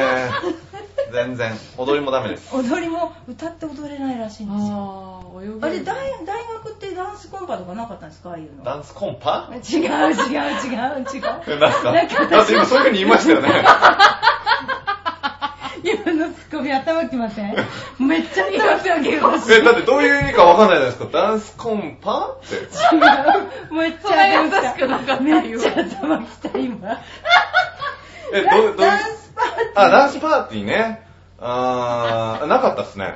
Speaker 2: 全然。踊りもダメです。
Speaker 1: 踊りも歌って踊れないらしいんですよ。
Speaker 5: ああ泳ぐ
Speaker 1: あれ大、大学ってダンスコンパとかなかったんですかああいうの。
Speaker 2: ダンスコンパ
Speaker 1: 違う違う違う違 う。
Speaker 2: え、なんすかだって今そういう風に言いましたよね。
Speaker 1: 今のツッコミ頭きませんめっちゃ頭きません、
Speaker 2: え、だってどういう意味かわかんないじゃないですか。ダンスコンパって。
Speaker 1: 違う。めっちゃ頭きた。
Speaker 5: そんな優しくなかったよ
Speaker 1: めっちゃ頭きた、今。
Speaker 2: え、どう、どういう
Speaker 1: ダンスパーティー
Speaker 2: あ、ダンスパーティーね。あー、なかったっすね。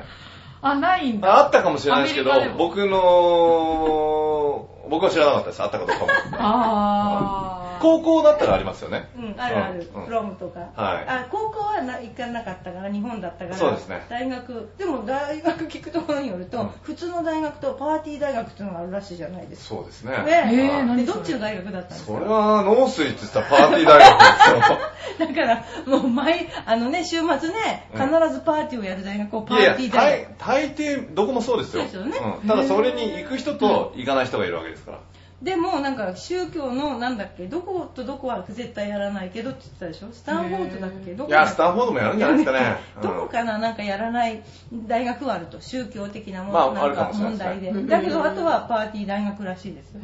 Speaker 5: あないんだ
Speaker 2: ああったかもしれないですけど
Speaker 5: アメリカで、も
Speaker 2: 僕の、僕は知らなかったです。あったかどうかも。
Speaker 5: ああ
Speaker 2: 高校だったらありますよね。
Speaker 1: うん、あるある、
Speaker 2: うん
Speaker 1: プロムとか、
Speaker 2: はい
Speaker 1: あ高校はな一回なかったから日本だったから
Speaker 2: そうですね
Speaker 1: 大学でも大学聞くところによると、
Speaker 2: うん
Speaker 1: 普通の大学とパーティー大学っていうのがあるらしいじゃないですか
Speaker 2: そうですね。
Speaker 1: ね
Speaker 5: えー
Speaker 2: はい
Speaker 5: 何
Speaker 1: で
Speaker 5: それ
Speaker 1: どっちの大学だったんです
Speaker 2: それ
Speaker 1: か
Speaker 2: は、ノースイッチしたパーティー大学ですよ。
Speaker 1: だからもう毎あのね週末ね
Speaker 2: うん
Speaker 1: 必ずパーティーをやる大学 をパ
Speaker 2: いや
Speaker 1: ーテ
Speaker 2: い
Speaker 1: ィ
Speaker 2: や、
Speaker 1: ー大学
Speaker 2: 大大抵、どこもそうですよ。
Speaker 1: そうですよね
Speaker 2: うんただ、それに行く人と行かない人がいるわけですから。
Speaker 1: でもなんか宗教のなんだっけどことどこは絶対やらないけどって言ってたでしょスタンフォードだっけどこ
Speaker 2: い
Speaker 1: だっ
Speaker 2: や、
Speaker 1: け
Speaker 2: スタンフォードもやるんじゃないですか
Speaker 1: 。
Speaker 2: ね
Speaker 1: どこかな、なんかやらない大学はあると、宗教的なも
Speaker 2: ま
Speaker 1: の、
Speaker 2: あ
Speaker 1: なん
Speaker 2: あ
Speaker 1: か
Speaker 2: るかもしれない
Speaker 1: 問題で
Speaker 5: う。ん
Speaker 1: だけど、あとはパーティー大学らしいです。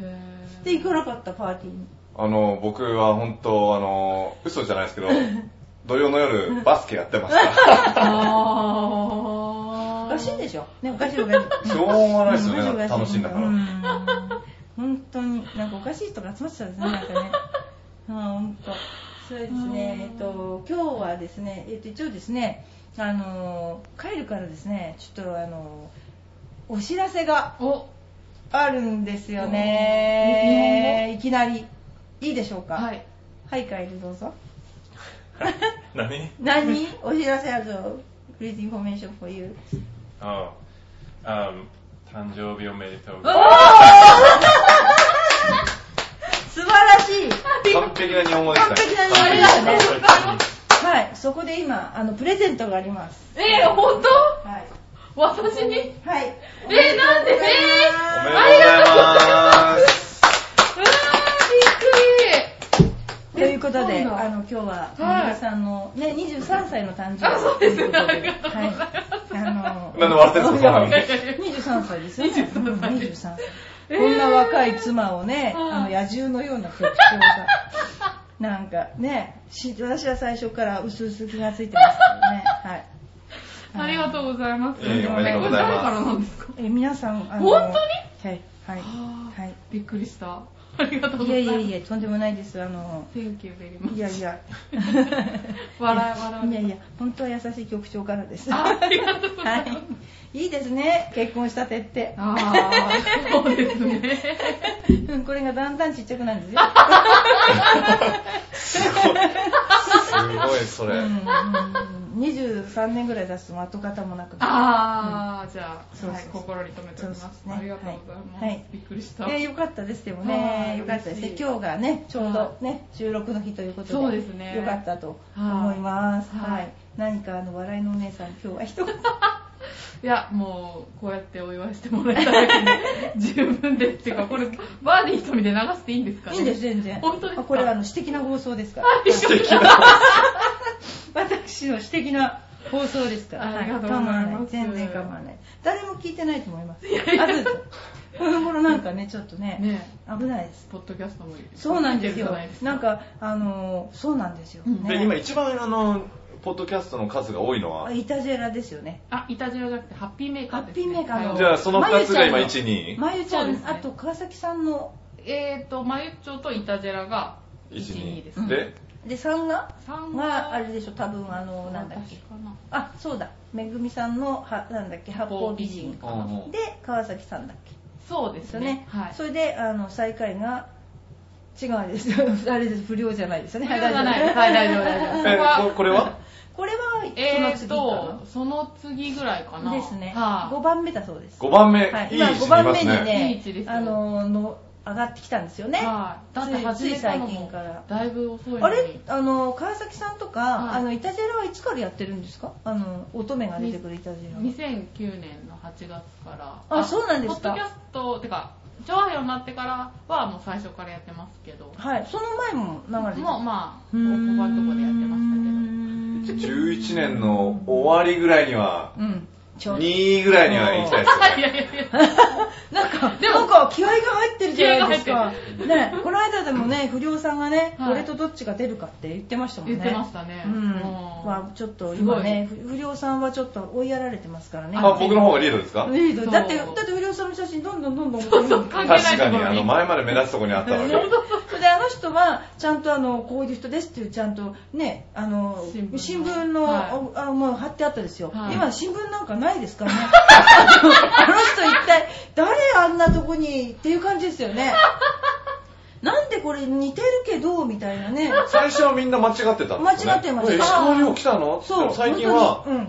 Speaker 1: で、行かなかったパーティーに。
Speaker 2: うんあの、僕は本当、あの、嘘じゃないですけど、土曜の夜、バスケやってました。
Speaker 5: あ
Speaker 1: お
Speaker 5: ー
Speaker 1: かしいでしょね、おかしいおかしい。
Speaker 2: しょうがないですよ
Speaker 1: うん
Speaker 2: ね、楽しいんだか。
Speaker 1: う
Speaker 2: ら。
Speaker 1: ん本当に、なんかおかしい人が集まってたんですね、なんかね。うん、本当。そうですね、えっと、今日はですね、えっと、一応ですね、あのー、帰るからですね、ちょっとあのー、お知らせが
Speaker 5: お、
Speaker 1: あるんですよね。いきなり。いいでしょうか。
Speaker 5: はい。
Speaker 1: はい、カエルどう ぞ。
Speaker 3: 何
Speaker 1: 何お知らせあるぞ。プリーズインフォメーション for you。
Speaker 3: Oh. Um, 誕生日おめでとう。
Speaker 1: 素晴らしい
Speaker 2: 完璧な日本語でし
Speaker 1: 完
Speaker 2: た
Speaker 1: 璧
Speaker 2: ね。
Speaker 1: な日本語でしたね。はい、そこで今、あの、プレゼントがあります。
Speaker 5: えー、ほんと
Speaker 1: はい。
Speaker 5: 私にえ
Speaker 1: はい。
Speaker 5: ー、なんでえー、
Speaker 2: おめで
Speaker 5: あ
Speaker 2: とうございます。
Speaker 5: うわー、
Speaker 1: ということ
Speaker 5: え
Speaker 1: で、
Speaker 5: そうなんだ
Speaker 1: あの、今日は、
Speaker 5: はい
Speaker 1: 森さんの、ね、23歳の誕生日。
Speaker 5: あそうですね
Speaker 1: といこと
Speaker 5: ありがとうございます
Speaker 1: はい。あの、
Speaker 2: なんで笑ってるんですか、そんな
Speaker 5: びっくり。
Speaker 1: 23歳ですよね。23歳。
Speaker 5: えー
Speaker 1: こんな若い妻をね、
Speaker 5: は
Speaker 1: あ
Speaker 5: い
Speaker 1: の野獣のような曲調が。なんかね、し私は最初から薄々気がついてますからね。はい。
Speaker 5: ありがとうございます。
Speaker 2: いえいえおめでとうございます
Speaker 5: えこれ誰からなんですか
Speaker 1: え皆さん、あ
Speaker 5: 本
Speaker 1: はい。はい。
Speaker 5: あー
Speaker 1: はい。
Speaker 5: びっくりした。ありがとうご
Speaker 1: い
Speaker 5: ざ
Speaker 1: や
Speaker 5: い
Speaker 1: い
Speaker 5: ます。
Speaker 1: やいや、とんでもないです。あ の、
Speaker 5: Thank you very much.
Speaker 1: いやいや。
Speaker 5: 笑い笑い
Speaker 1: いやいや、本当は優しい局長からです。は
Speaker 5: あありがとうございます。
Speaker 1: い。いいですね、結婚したてって。
Speaker 5: ああ、そうですね。
Speaker 1: うんこれがだんだんちっちゃくなるんですよ。
Speaker 2: すごい、それ。
Speaker 1: うん、23年ぐらい経つと跡形もなくな
Speaker 5: ああ、じゃあ、
Speaker 1: そうそう
Speaker 5: はい、心に留めて
Speaker 1: そ
Speaker 5: おき
Speaker 1: う
Speaker 5: ま
Speaker 1: です
Speaker 5: す。
Speaker 1: ね
Speaker 5: ありがとうございます。
Speaker 1: はい
Speaker 5: びっくりした。
Speaker 1: る。えー、よかったです、でも
Speaker 5: は
Speaker 1: ね。
Speaker 5: い
Speaker 1: よかったですね
Speaker 5: 嬉。しい
Speaker 1: 今日がね、ちょうどね、収録の日ということで。
Speaker 5: そうですね
Speaker 1: よかったと思います。
Speaker 5: はい
Speaker 1: はい。何かあの、笑いのお姉さん、 今日は一言。
Speaker 5: いや、もう、こうやってお祝いしてもらえただけで十分です。っていうか、これ、バーディー瞳で流していいんですかね
Speaker 1: いいんです、全然。
Speaker 5: 本当ですか
Speaker 1: あこれはあの、私的な放送ですから。私の私的な放送ですから。
Speaker 5: ありがとうござい
Speaker 1: 構わ
Speaker 5: ます
Speaker 1: ない。全然構わない。誰も聞いてないと思います。あずと。 この頃なんかね、ちょっとね、
Speaker 5: ね
Speaker 1: 危ないです。
Speaker 5: ポッドキャストもいい
Speaker 1: そうなんです
Speaker 5: い
Speaker 1: よ
Speaker 5: けるじゃいで。す
Speaker 1: なんか、あのー、そうなんですよ。
Speaker 5: うん
Speaker 2: で、今一番あの、ポッドキャストの数が多いのは
Speaker 1: あ、イタジェラですよね。
Speaker 5: あ、イタジラじゃなくて、ハッピーメーカ
Speaker 1: ハ
Speaker 5: ー
Speaker 1: ッ
Speaker 5: です、
Speaker 1: ピ
Speaker 5: ね。
Speaker 1: ーメーカー
Speaker 5: は
Speaker 1: の。
Speaker 5: い
Speaker 2: じゃあその二つが今
Speaker 1: まゆちゃんの
Speaker 2: 一二
Speaker 1: まゆちゃ、
Speaker 5: そうんですね
Speaker 1: あと川崎さんの、
Speaker 5: えーと、まゆっちょとイタジェラが
Speaker 2: 一
Speaker 5: 12
Speaker 2: 二
Speaker 5: ですね。
Speaker 2: で、
Speaker 1: で、3が
Speaker 5: 3
Speaker 1: が、あれでしょ、多分あのー、なんだっけ。あ、そうだ。めぐみさんの、はなんだっけ、八方美人
Speaker 5: 八方美人。かな
Speaker 2: うんうん
Speaker 1: で、川崎さんだっけ。
Speaker 5: そうで
Speaker 1: ですすよ
Speaker 5: ね。
Speaker 1: ね。
Speaker 5: はい。
Speaker 1: それで、あの、最下位が、違うです。 あれです。不良じゃないですよね。
Speaker 5: 不良じゃない
Speaker 1: は
Speaker 5: はい大丈夫大丈夫
Speaker 2: え、
Speaker 5: ここは
Speaker 2: ここれは
Speaker 1: これは、その
Speaker 5: えー
Speaker 1: 次
Speaker 5: と
Speaker 1: か、
Speaker 5: その次ぐらいか
Speaker 1: な。
Speaker 5: な。
Speaker 1: ですね。5
Speaker 5: は
Speaker 1: 番目だそうです。
Speaker 2: ?5 番目。
Speaker 1: はい、
Speaker 2: いい位
Speaker 1: 今
Speaker 2: 置に
Speaker 1: 5
Speaker 2: いま
Speaker 1: 番目
Speaker 2: す
Speaker 1: に
Speaker 2: ね。
Speaker 5: いい位
Speaker 1: ね
Speaker 5: 置です、よ
Speaker 1: あのの、上がってきたんですよ
Speaker 5: い。
Speaker 1: ね。
Speaker 5: はい。だって始めたの
Speaker 1: つい最近
Speaker 5: も
Speaker 1: から、
Speaker 5: だいぶ遅いのに。
Speaker 1: あれあの、川崎さんとか、
Speaker 5: はい
Speaker 1: あの、イタジェラはいつからやってるんですかあの、乙女が出てくるイタジェラは。
Speaker 5: 2009年の8月から。
Speaker 1: あそうなんですか
Speaker 5: ポッドキャスト、てか、調和表になってからはもう最初からやってますけど。
Speaker 1: はい、その前も流れて
Speaker 5: もうまあ、
Speaker 1: う
Speaker 5: お
Speaker 1: ーん
Speaker 5: こばんとこでやってましたけど。
Speaker 2: 11年の終わりぐらいには、
Speaker 1: うん、ちょ
Speaker 2: 2位ぐらいには行きたいですよね。
Speaker 5: いやいやいや。
Speaker 1: なんか、
Speaker 5: でも
Speaker 1: なんか気合が入ってるじゃないです
Speaker 5: 気合
Speaker 1: か。
Speaker 5: が
Speaker 1: ね、この間でもね、不良さんがね、
Speaker 5: はい
Speaker 1: 俺とどっちが出るかって言ってましたもんね。
Speaker 5: 言ってましたね
Speaker 1: うん。
Speaker 5: もう
Speaker 1: まあちょっと今ね、不良さんはちょっと追いやられてますからね。
Speaker 2: あ、僕の方がリードですか
Speaker 1: リード
Speaker 5: そう
Speaker 1: だって、だって不良さんの写真どんどんどんどん。
Speaker 5: 関係ない
Speaker 2: 確かに、
Speaker 5: ところ
Speaker 2: あ
Speaker 5: に
Speaker 2: の、前まで目立つとこにあったのに。
Speaker 1: それであの人はちゃんとあのこういう人ですっていうちゃんとねあの
Speaker 5: 新聞の
Speaker 1: 新聞の、
Speaker 5: は
Speaker 1: あもう貼ってあったですよ、
Speaker 5: はい
Speaker 1: 今新聞なんかないですからねあの人一体誰あんなとこにっていう感じですよ ねなんでこれ似てるけどみたいなね
Speaker 2: 最初はみんな間違ってたんですよね
Speaker 1: 間違ってました
Speaker 2: え石川遼来たので
Speaker 1: そう
Speaker 2: も最近は
Speaker 1: 本、当にうん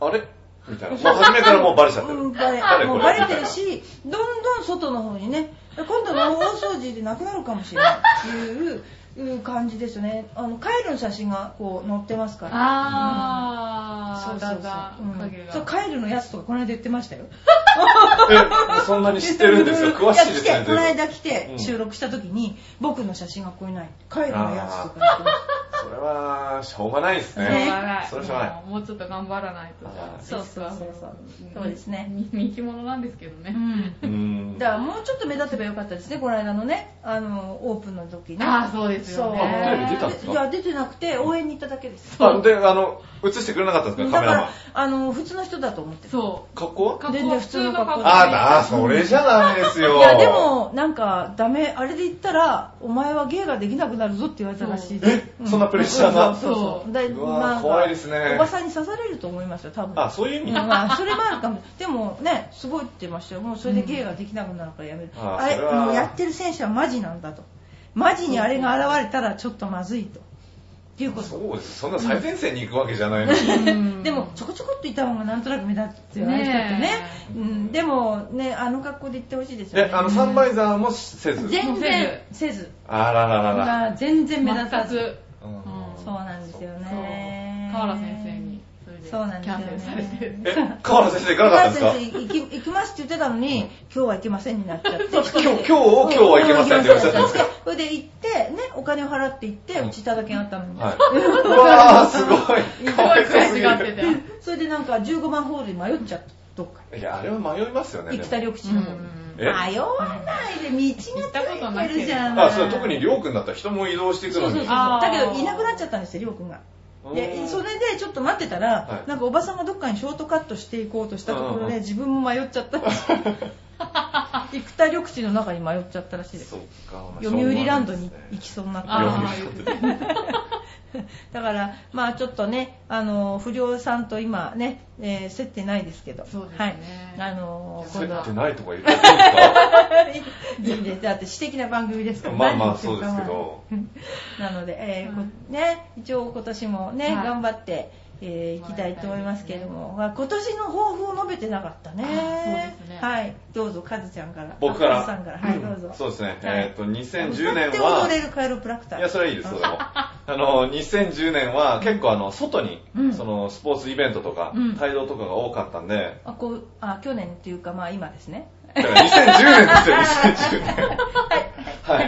Speaker 2: あれみたいな。 まあ、初めからもうバレちゃってる。
Speaker 1: うん、バレ
Speaker 2: 誰
Speaker 1: も
Speaker 2: こ
Speaker 1: う
Speaker 2: れ
Speaker 1: バレて
Speaker 2: み
Speaker 1: る
Speaker 2: たい
Speaker 1: し、どんどん外の方にね、今度の大掃除でなくなるかもしれないっていういう感じですよね。あの、カエルの写真がこう載ってますから。
Speaker 5: あー、
Speaker 1: そうそうそううん
Speaker 5: 影が
Speaker 1: そうカエルのやつとかこの間言ってましたよ。
Speaker 2: な。え、そんなに知ってるんですよ。詳しいです
Speaker 1: や
Speaker 2: ね。
Speaker 1: 来てこの
Speaker 2: 全部
Speaker 1: 間来て
Speaker 2: うん
Speaker 1: 収録した時に、僕の写真がこういない。カエルのやつとか言ってまし
Speaker 2: それは、しょうがないですね。
Speaker 5: しょうがない。
Speaker 2: それはしょうがない。
Speaker 5: もうもうちょっと頑張らないと
Speaker 2: は。い
Speaker 5: ちょっと
Speaker 1: そうそうそうそうんそうですね
Speaker 5: み人気者なんですけどね。
Speaker 2: うーん。
Speaker 1: だからもうちょっと目立てばよかったですね、この間のね、あの、オープンの時ね。
Speaker 5: ああ、そうです
Speaker 1: そう。
Speaker 5: よ
Speaker 2: あ
Speaker 5: ね。
Speaker 2: 出たんですか
Speaker 1: いや、出てなくて、応援に行っただけです。
Speaker 2: あで、あの、映してくれなかったんです
Speaker 1: だか
Speaker 2: か、カメラマ
Speaker 1: ら。、
Speaker 2: ン
Speaker 1: あの、普通の人だと思ってる。
Speaker 5: そ
Speaker 2: 格
Speaker 5: う。
Speaker 2: 好は
Speaker 5: 格
Speaker 1: 全
Speaker 5: 好
Speaker 1: 然普通の格好
Speaker 2: あーだ、あーそれじゃダメですよ。
Speaker 1: いや、で、も、なんか、ダメ、あれで言ったら、お前は芸ができなくなるぞって言われたらしいです。
Speaker 2: えそんなプレッシャーが
Speaker 1: そうそうそう。だ
Speaker 2: うわー
Speaker 1: なんか
Speaker 2: 怖いですね
Speaker 1: おばさんに刺されると思いますよ、多分。
Speaker 2: あ、そういう意味
Speaker 1: うんまあ、それもあるかも。でもね、すごいって言ってましたよ。もうそれで芸ができなくなるからやめる。
Speaker 2: うんあ
Speaker 1: あれ、
Speaker 2: それは
Speaker 1: もうやってる選手はマジなんだと。マジにあれが現れたらちょっとまずいと。っていうこと。
Speaker 2: そうです。そんな最前線に行くわけじゃないのに。
Speaker 5: うん
Speaker 1: でも、ちょこちょこっといた方がなんとなく目立つよね、人ってね
Speaker 5: ね。
Speaker 1: うん、でもね、あの格好で行ってほしいですよ
Speaker 2: え
Speaker 1: ね、。
Speaker 2: あの、サンバイザーもせず。
Speaker 1: 全然せず。
Speaker 2: あらららら。
Speaker 1: まあ全然目立た
Speaker 5: 全
Speaker 1: ず。
Speaker 5: く。
Speaker 2: うん
Speaker 5: うん
Speaker 1: そうなんですよね。
Speaker 5: 河原先生に、それで
Speaker 1: そうなんですよ
Speaker 5: キャン
Speaker 1: ね
Speaker 5: セルされて。
Speaker 2: え、河原先生行かなかったんですか
Speaker 1: 先生行き行きますって言ってたのに、今日は行けませんになっちゃって。今
Speaker 2: 今日、今日を今日は行けませんって言われちゃったんですか
Speaker 1: それで行って、ね、お金を払って行って、うちいただけあったのに。
Speaker 2: はい。うわー、すごい。
Speaker 5: すごい悔しがってて。
Speaker 1: それでなんか15番ホールに迷っちゃった。どっか
Speaker 2: いや、あれは迷いますよね。
Speaker 1: 行
Speaker 2: で
Speaker 1: き
Speaker 2: も
Speaker 1: た緑地の方に。
Speaker 5: うん
Speaker 2: え
Speaker 1: 迷わないで道がついてるじゃん。
Speaker 2: あ、そう、特にりょうくんだったら人も移動していく
Speaker 1: そ
Speaker 2: の
Speaker 1: うそうそう
Speaker 2: に。
Speaker 5: あー
Speaker 1: だけどいなくなっちゃったんですよ、りょうくんが。
Speaker 2: う
Speaker 1: で
Speaker 2: ん
Speaker 1: それでちょっと待ってたら、
Speaker 2: はい
Speaker 1: なんかおばさんがどっかにショートカットしていこうとしたところ
Speaker 2: うんう
Speaker 1: で、
Speaker 2: ん
Speaker 1: 自分も迷っちゃったらしい 生田緑地の中に迷っちゃったらしいです
Speaker 2: そっか。
Speaker 1: 読売ランドに行きそうになった
Speaker 5: あ
Speaker 2: あ
Speaker 5: ーよく
Speaker 1: だからまあちょっとねあの不良さんと今ね、えー接点ないですけど
Speaker 5: そうです
Speaker 1: はい
Speaker 5: ね、
Speaker 1: あの今
Speaker 2: そう
Speaker 1: 度
Speaker 2: や
Speaker 1: は
Speaker 2: ってないとか言ってるんです か
Speaker 1: いいねだって私的な番組ですから
Speaker 2: まあまあそうですけど。
Speaker 1: なので、えーこね、一応今年もね、
Speaker 5: はい
Speaker 1: 頑張って、えー行きたいと思いますけれども、まあ今年の抱負を述べてなかったね。
Speaker 5: あそうですね
Speaker 1: はい、どうぞ、カズちゃんから。
Speaker 2: 僕から
Speaker 1: あカズさんから、はい、どうぞ。
Speaker 2: そうですね。
Speaker 1: はい
Speaker 2: えっと、2010年
Speaker 1: 歌っ
Speaker 2: は
Speaker 1: て踊、れるカイロプラクター。
Speaker 2: いや、それはいいです、それも。あの、2010年は結構あの、外に、その、スポーツイベントとか
Speaker 1: うん、
Speaker 2: 帯同とかが多かったんで、
Speaker 1: あ、こう、あ、去年っていうか、まあ今ですね。
Speaker 2: だから2010年ですよ、2010年。は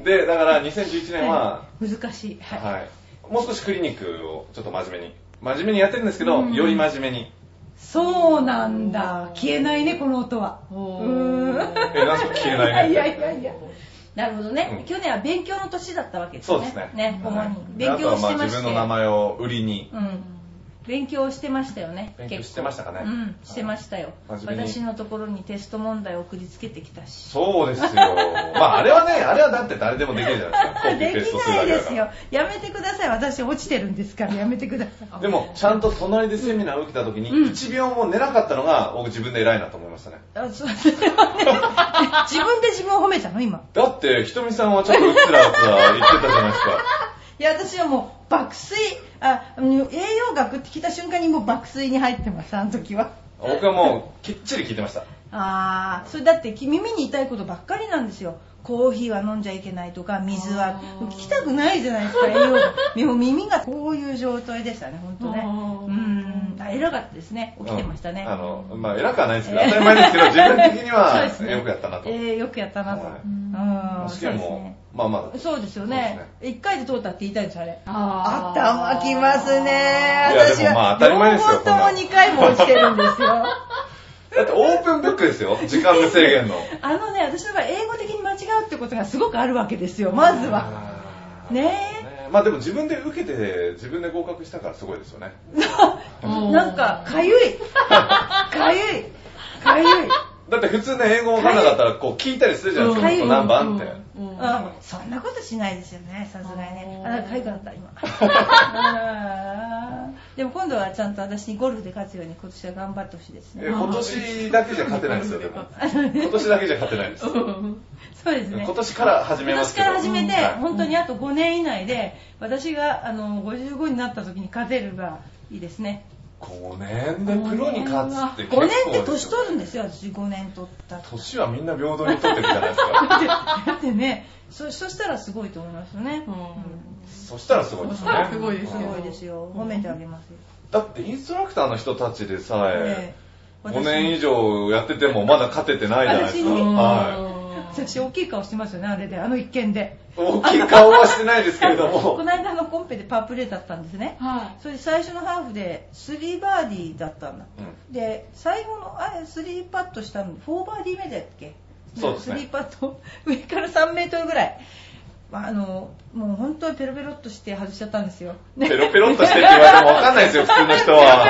Speaker 2: い。で、だから2011年は、
Speaker 1: 難しい。はい。
Speaker 2: はい。もう少しクリニックをちょっと真面目に。真面目にやってるんですけど、より真面目に。
Speaker 1: そうなんだ。消えないね、この音は。
Speaker 5: お
Speaker 1: うーん
Speaker 5: ー
Speaker 2: え、なんすか消えない ね。
Speaker 1: いやいやいや。なるほどね、
Speaker 2: うん
Speaker 1: 去年は勉強の年だったわけですね。
Speaker 2: そうですね。
Speaker 1: ね、主に。
Speaker 2: はい
Speaker 1: 勉強して
Speaker 2: あとはま
Speaker 1: まし
Speaker 2: あ自
Speaker 1: たよ
Speaker 2: 分の名前を売りに。
Speaker 1: うん、勉強してましたよね
Speaker 2: 勉強してましたかね
Speaker 1: 結構うんしてましたよ、
Speaker 2: はい真面目に
Speaker 1: 私のところにテスト問題を送りつけてきたし
Speaker 2: そうですよ。まああれはね、あれはだって誰でもできるじゃないです か。コピーペ
Speaker 1: で
Speaker 2: ースト
Speaker 1: き
Speaker 2: する
Speaker 1: な
Speaker 2: だ
Speaker 1: い
Speaker 2: け
Speaker 1: で
Speaker 2: だか
Speaker 1: す
Speaker 2: ら。
Speaker 1: よやめてください私落ちてるんですからやめてください
Speaker 2: でも、ちゃんと隣でセミナー受けた時に、1秒も寝なかったのが、僕自分で偉いなと思いましたね。
Speaker 1: あそう 自分で自分を褒めたの今
Speaker 2: だって、ひとみさんはちょっとうっすらうっすら言ってたじゃないですか。
Speaker 1: いや私はもう爆睡ああの栄養学って聞いた瞬間にもう爆睡に入ってますあの時は
Speaker 2: 僕はもう、きっちり聞いてました。
Speaker 1: ああそれだって耳に痛いことばっかりなんですよコーヒーは飲んじゃいけないとか水は
Speaker 5: あー
Speaker 1: 聞きたくないじゃないですか栄 養がでも耳がこういう状態でしたね本当ね
Speaker 5: あー
Speaker 1: うんあ偉かったですね起きてましたね、
Speaker 2: うんあの、まあ偉くはないですけど、当たり前ですけど、自分的に
Speaker 1: そう
Speaker 2: は
Speaker 1: ですね
Speaker 2: よくやったなと。
Speaker 1: えーよくやったなと、
Speaker 2: はい
Speaker 1: うん
Speaker 2: 試
Speaker 1: そう
Speaker 2: 験
Speaker 1: です
Speaker 2: も
Speaker 1: ね、
Speaker 2: まあまあ、
Speaker 1: そうですよね一回で通ったって言いたいんですあれ
Speaker 5: あー
Speaker 1: 頭きますね
Speaker 2: いやでも
Speaker 1: 私は
Speaker 2: まあ当たり前ですよ
Speaker 1: 両方とも
Speaker 2: こんな
Speaker 1: 2回も落ちてるんですよ
Speaker 2: だってオープンブックですよ、時間無制 限の。
Speaker 1: あのね私の場合英語的に間違うってことがすごくあるわけですよまずはねえ
Speaker 2: ねまあでも自分で受けて、自分で合格したからすごいですよね。
Speaker 5: おー
Speaker 1: なんか、か ゆい。かゆい。かゆい。
Speaker 2: だって普通ね、英語わかんなかったら、こう聞いたりするじゃないですか、
Speaker 1: はい
Speaker 2: こう何番って。
Speaker 5: うんうん
Speaker 1: あそんなことしないですよね、さすがにね。あ、なんかかゆくなった、 今。あーでも今度はちゃんと私にゴルフで勝つように今年は頑張ってほしいです
Speaker 2: え
Speaker 1: ね。
Speaker 2: 今年だけじゃ勝てないですよ、で も。今年だけじゃ勝てないです。
Speaker 1: そうですね。
Speaker 2: 今年から始め
Speaker 1: 今
Speaker 2: ま
Speaker 1: 年
Speaker 2: すけ
Speaker 1: か
Speaker 2: ど。
Speaker 1: ら始めて、
Speaker 2: はい
Speaker 1: 本当にあと5年以内で、私があの55になった時に勝てるがいいですね。
Speaker 2: 5年でプロに勝つって
Speaker 1: 5
Speaker 2: 結構
Speaker 1: 年
Speaker 2: ですよ
Speaker 1: って年取るんですよ、私5年取ったら
Speaker 2: 年はみんな平等に取ってるじゃないですか。
Speaker 1: だってね、そそしたらすごいと思いますよね。
Speaker 5: うん
Speaker 2: そしたらすごいですよね。
Speaker 5: すごいです
Speaker 1: す
Speaker 5: よ
Speaker 1: ごいですよ。褒めてあげますよ。
Speaker 2: だってインストラクターの人たちでさ
Speaker 1: え
Speaker 2: え、
Speaker 1: え
Speaker 2: 5年以
Speaker 1: 上
Speaker 2: 上やっててもまだ勝ててないじゃないで
Speaker 1: 私
Speaker 2: すか。
Speaker 1: に
Speaker 2: は
Speaker 1: 私大きい顔してますよねあれであの一件で
Speaker 2: 大きい顔はしてないですけれども
Speaker 1: この間のコンペでパープレーだったんですね
Speaker 5: は
Speaker 1: それで最初のハーフで3バーディーだったんだで最後のあれ3パットしたの4バーディー目だっけ
Speaker 2: そうですね
Speaker 1: 3パット上から3メートルぐらいまああのもう本当にペロペロっとして外しちゃったんですよ
Speaker 2: うんペロペロっとしてって言われてもわかんないですよ、普通の人 は。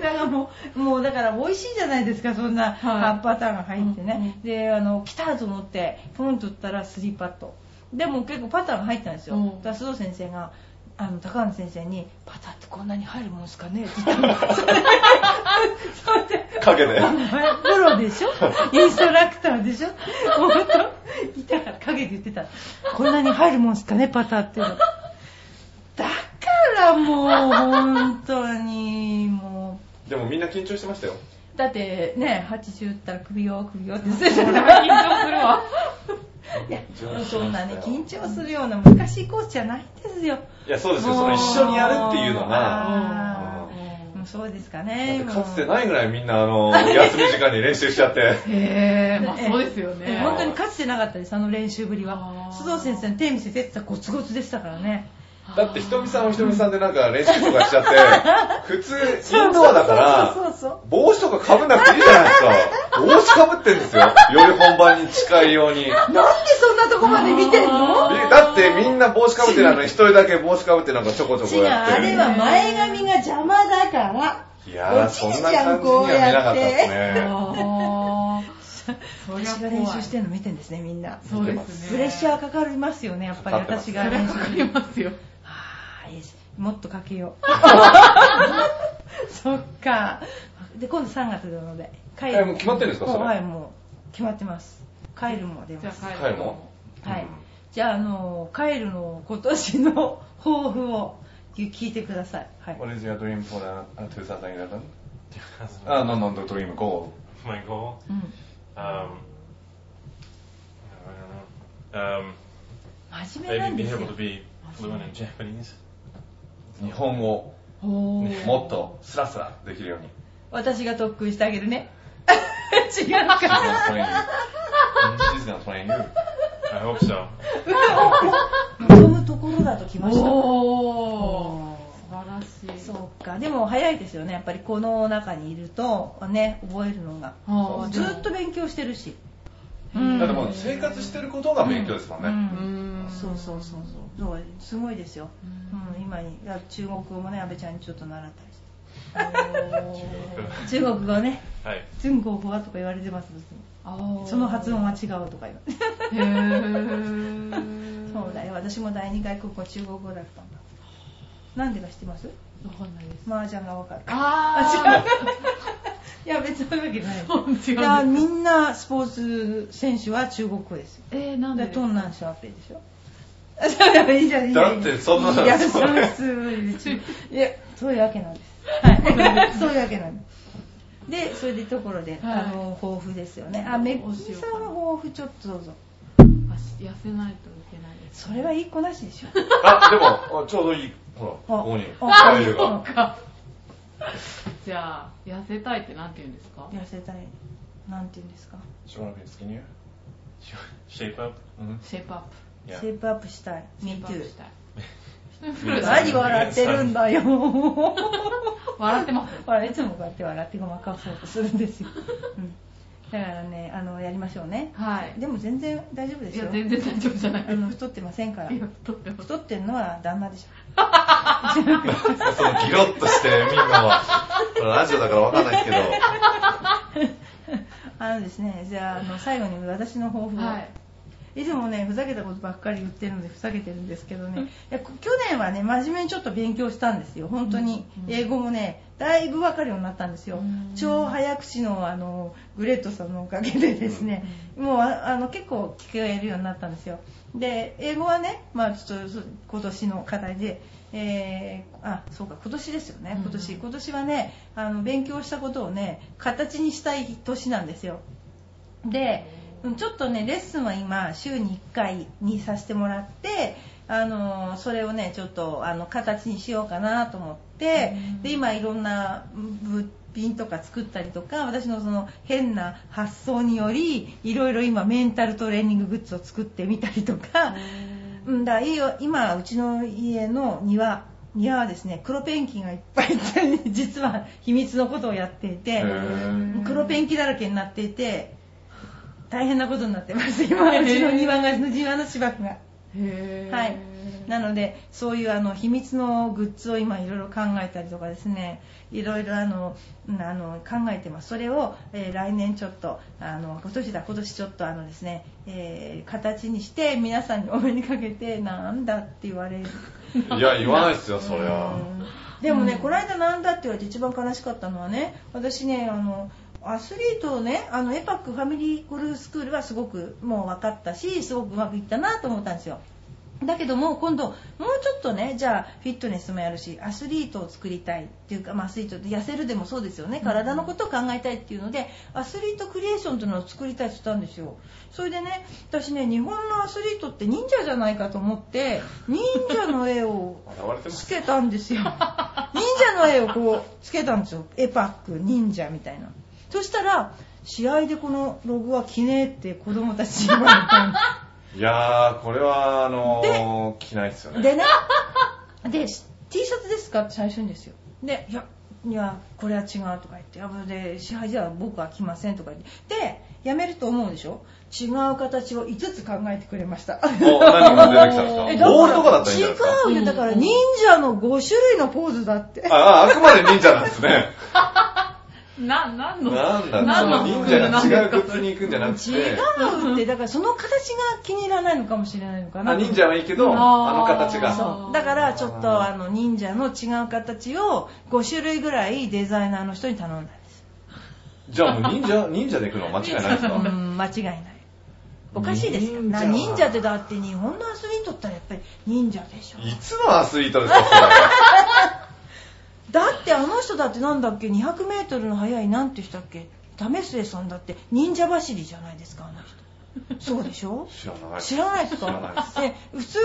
Speaker 1: だからもう、もうだから美味しいじゃないですか、そんな
Speaker 5: はい
Speaker 1: ハーフパターンが入ってね。
Speaker 5: うんうん
Speaker 1: で、あの、来たと思って、ポンと打ったらスリーパット。でも結構パターンが入ったんですよ。
Speaker 5: うん
Speaker 1: だから須藤先生が、あの、高野先生に、パターってこんなに入るもんですかねって言ったの。それで、それで、
Speaker 2: 影で。
Speaker 1: お前プロでしょインストラクターでしょ本当いたから陰で言ってた。こんなに入るもんすかね、パターっていうの。だからもう、本当に、も
Speaker 2: でもみんな緊張してましたよ。
Speaker 1: う。だってね、80打ったら首を首をってする
Speaker 5: い。緊張するわ。
Speaker 1: いや
Speaker 2: 緊張しました
Speaker 1: そ
Speaker 2: よ
Speaker 1: んなね、緊張するような難しいコースじゃないんですよ。
Speaker 2: いや、そうですよ、
Speaker 1: も
Speaker 2: そうの一緒にやるっていうのが、
Speaker 1: あーうんそうですか
Speaker 2: だって
Speaker 1: ね。
Speaker 2: かつて
Speaker 1: い
Speaker 2: ないぐらいみんな、あの、休み時間に練習しちゃって。
Speaker 5: へえ、まあそうですよ
Speaker 1: え
Speaker 5: ね。
Speaker 1: え本当にかつてなかったです、あの練習ぶりは
Speaker 5: あ。ー
Speaker 1: 須藤先生の手見せてって言ったらゴツゴツでしたからね。
Speaker 2: だってひとみさんはひとみさんでなんか練習とかしちゃ って、普通、インドアだから、
Speaker 1: そうそうそう
Speaker 2: 帽子とかかぶんなくていいじゃないですか。帽子かぶってんですよ。より本番に近いように。
Speaker 1: そう。なんでそんなとこまで見てんの
Speaker 2: えだってみんな帽子かぶってないのに一人だけ帽子かぶってなんかちょこちょこ
Speaker 1: 違う、
Speaker 2: や
Speaker 1: あ
Speaker 2: っ
Speaker 1: れ
Speaker 2: て。
Speaker 1: は前髪が邪魔だから。
Speaker 2: いやー、そんな感じには見なかったですね。
Speaker 5: あ ーそりゃ
Speaker 1: 私が
Speaker 5: 怖い
Speaker 1: 練習してるの見てんですね、みんな。
Speaker 5: そうです
Speaker 1: プ
Speaker 5: ね。
Speaker 1: レッシャー
Speaker 5: か
Speaker 1: かかりますよね、やっぱり
Speaker 2: かかってます
Speaker 1: 私が練習
Speaker 5: かりますよ。
Speaker 1: あーいいですもっとかけ よう。そっか。で、今度3月なので。帰
Speaker 2: えもう決まってるんですかそれ
Speaker 1: はい、もう決まってます。帰るも出
Speaker 5: じゃ
Speaker 1: ます。
Speaker 5: あ帰
Speaker 2: 帰
Speaker 5: る
Speaker 2: るの
Speaker 1: はい。じゃあ、あの、帰るの今年の抱負を聞いてください。はい。
Speaker 2: What is your dream for the- uh, 2011?
Speaker 3: Because
Speaker 2: Uh, no, no, the dream goal.
Speaker 3: my goal,
Speaker 1: うん。
Speaker 3: um, I don't know. Um,
Speaker 1: 真面目なん
Speaker 3: maybe
Speaker 1: で
Speaker 3: be
Speaker 1: すよ
Speaker 3: able to。be fluent in Japanese.
Speaker 2: 日本語
Speaker 5: おー
Speaker 2: もっとスラスラできるよ うに。
Speaker 1: 私が特訓してあげるね。違うか。
Speaker 2: She's gonna train you. She's gonna train you.
Speaker 3: I hope so.
Speaker 1: 望むところだと来ました。
Speaker 5: おー素晴らしい。
Speaker 1: そうか。でも早いですよね。やっぱりこの中にいると、ね、覚えるのが。
Speaker 5: あー
Speaker 1: ずっと勉強してるし。う
Speaker 2: だってもう生活してることが勉強ですもんね。
Speaker 5: うーん
Speaker 1: そうそうそうそう。そうすごいですよ。
Speaker 5: うん
Speaker 1: うん、今にいや中国語もね、安倍ちゃんにちょっと習ったりして。
Speaker 5: おー
Speaker 1: 中国語ね、
Speaker 3: はい。
Speaker 1: 中国語はとか言われてます。別に
Speaker 5: あー
Speaker 1: その発音は違うとか言われて。
Speaker 5: へー
Speaker 1: そうだよ。私も第二外国語中国語だったんだ。なんでか知ってます
Speaker 5: わかんないです
Speaker 1: 麻雀がわかる。
Speaker 5: あ
Speaker 1: いや、別にそういうわけじゃない。
Speaker 5: ー違う違
Speaker 1: いや、
Speaker 5: う
Speaker 1: みんなスポーツ選手は中国語ですよ。
Speaker 5: えー、なん
Speaker 1: で、
Speaker 5: で
Speaker 1: トンナンシャーペイでしょ。あそうだ いいじゃん、いいじゃん。
Speaker 2: だってそんない
Speaker 1: や、そ
Speaker 2: それ
Speaker 1: れすごい別にいや、そういうわけなんです。はい。そういうわけなんです。で、それでところで、
Speaker 5: はい
Speaker 1: あの、抱負ですよね。あ、めっ
Speaker 5: どうし
Speaker 1: き
Speaker 5: よう
Speaker 1: さ
Speaker 5: か
Speaker 1: ん
Speaker 5: な
Speaker 1: は抱負ちょっとどうぞ。
Speaker 5: 足痩せないといけないです
Speaker 1: それはいい子なしで しょ。
Speaker 2: あ、でも、あちょうどいい。ほら、
Speaker 1: あ
Speaker 2: ここに。
Speaker 1: あ
Speaker 2: カエル
Speaker 5: そ
Speaker 2: が。
Speaker 5: うかじゃあ痩せたいってなんて言うんですか
Speaker 1: 痩せたい。なんて言うんですか。
Speaker 2: Do you wanna be skinnier?
Speaker 3: Shape up.
Speaker 2: うん
Speaker 5: シェイプアップ
Speaker 2: い
Speaker 1: シ
Speaker 2: や
Speaker 1: ェイプアップしたい。
Speaker 5: シェ
Speaker 1: me
Speaker 5: イプアッ
Speaker 1: too
Speaker 5: プしたいフル
Speaker 1: 何笑ってるんだよ。
Speaker 5: 笑ってます
Speaker 1: ほらいつもこうやって笑ってごまかそうとするんです よ、うん、だからねあのやりましょうね
Speaker 5: はい
Speaker 1: でも全然大丈夫で
Speaker 5: い
Speaker 1: す
Speaker 5: や
Speaker 1: よ
Speaker 5: 全然大丈夫じゃない
Speaker 1: あ
Speaker 5: で
Speaker 1: の太ってませんから
Speaker 5: すいや太って ます
Speaker 1: 太ってんのは旦那でし
Speaker 2: そのギロッとしてみんなは、これラジオだからわかんないですけど、
Speaker 1: ょあのですねじゃああの最後に私の抱負を、
Speaker 5: はい
Speaker 1: い、つもねふざけたことばっかり言ってるのでふざけてるんですけどねいやこ去年はね真面目にちょっと勉強したんですよ本当に、
Speaker 5: うん
Speaker 1: 英語もねだいぶ分かるようになったんですよ、
Speaker 5: うん
Speaker 1: 超早口のあのグレットさんのおかげでですね、もうああの結構聞けるようになったんですよで英語はね、まあ、ちょっとそ今年の課題で、えーあそうか今年ですよね今年、
Speaker 5: うん
Speaker 1: 今年はねあの勉強したことをね形にしたい年なんですよでうんちょっとねレッスンは今週に1回にさせてもらってあのそれをねちょっとあの形にしようかなと思っって、で今いろんな物品とか作ったりとか私のその変な発想によりいろいろ今メンタルトレーニンググッズを作ってみたりとか、うん、だからいいよ今うちの家の庭庭はですね黒ペンキがいっぱい実は秘密のことをやっていて。
Speaker 2: ー
Speaker 1: 黒ペンキだらけになっていて大変なことになって ます今うちの庭が庭の芝生が
Speaker 5: へー
Speaker 1: はいなのでそういうあの秘密のグッズを今いろいろ考えたりとかですねいろいろあのうんあの考えてますそれを、えー来年ちょっとあの今年だ今年ちょっとあのですね、えー形にして皆さんにお目にかけてなんだって言われる
Speaker 2: いや、言わないっすよ、そりゃ。
Speaker 1: でもね、この間なんだって言われて一番悲しかったのはね、私ね、あの、アスリートをね、あの、エパックファミリーゴルフスクールはすごくもう分かったし、すごくうまくいったなと思ったんですよ。だけども今度もうちょっとねじゃあフィットネスもやるしアスリートを作りたいっていうか、まあ、アスリートって痩せるでもそうですよね体のことを考えたいっていうのでアスリートクリエーションというのを作りたいって言ったんですよそれでね私ね日本のアスリートって忍者じゃないかと思って忍者の絵を
Speaker 2: 現れてま
Speaker 1: つ
Speaker 2: す。
Speaker 1: けたんですよ忍者の絵をこうつけたんですよエパック忍者みたいなそしたら試合でこのロゴは着ねえって子供たちに言われたんです
Speaker 2: いやー、これは、あのー、着ないっすよね。
Speaker 1: でね、で、し T シャツですかって最初にですよ。で、いや、いや、これは違うとか言って、あぶで、支配じゃあ僕は来ませんとか言って、で、やめると思うでしょ違う形を5つ考えてくれました。
Speaker 2: お、何が出てきたんですか
Speaker 1: え
Speaker 2: ボールとかだったらいいんじゃないですか
Speaker 1: 違うよ。だから忍者の5種類のポーズだって。
Speaker 2: ああ、あくまで忍者なんですね。
Speaker 5: な、なんの
Speaker 2: なんだ、
Speaker 5: 何
Speaker 2: そ
Speaker 5: の
Speaker 2: の忍者が違うグッズに行くんじゃなく
Speaker 1: 違
Speaker 2: て、
Speaker 1: うって、だからその形が気に入らないのかもしれないのかな。
Speaker 2: あ忍者はいいけど、
Speaker 5: あ
Speaker 2: あ
Speaker 5: ー
Speaker 2: の形が。
Speaker 5: そ
Speaker 1: そううだからちょっとあの忍者の違う形を5種類ぐらいデザイナーの人に頼んだんです
Speaker 2: じゃあもう忍者、忍者で行くの間違いないです
Speaker 1: う
Speaker 2: か
Speaker 1: ん間違いないおかしいですよ
Speaker 2: 忍者
Speaker 1: な忍者ってだって日本のアスリートったらやっぱり忍者でしょ
Speaker 2: いつのアスリートですか、そ
Speaker 1: だってあの人だってなんだっけ 200m の速いなんて人だっけ為末さんだって忍者走りじゃないですかあの人そうでしょ
Speaker 2: れ。知らない。
Speaker 1: 知らないです
Speaker 2: 知らないで
Speaker 1: か
Speaker 2: す
Speaker 1: で普通の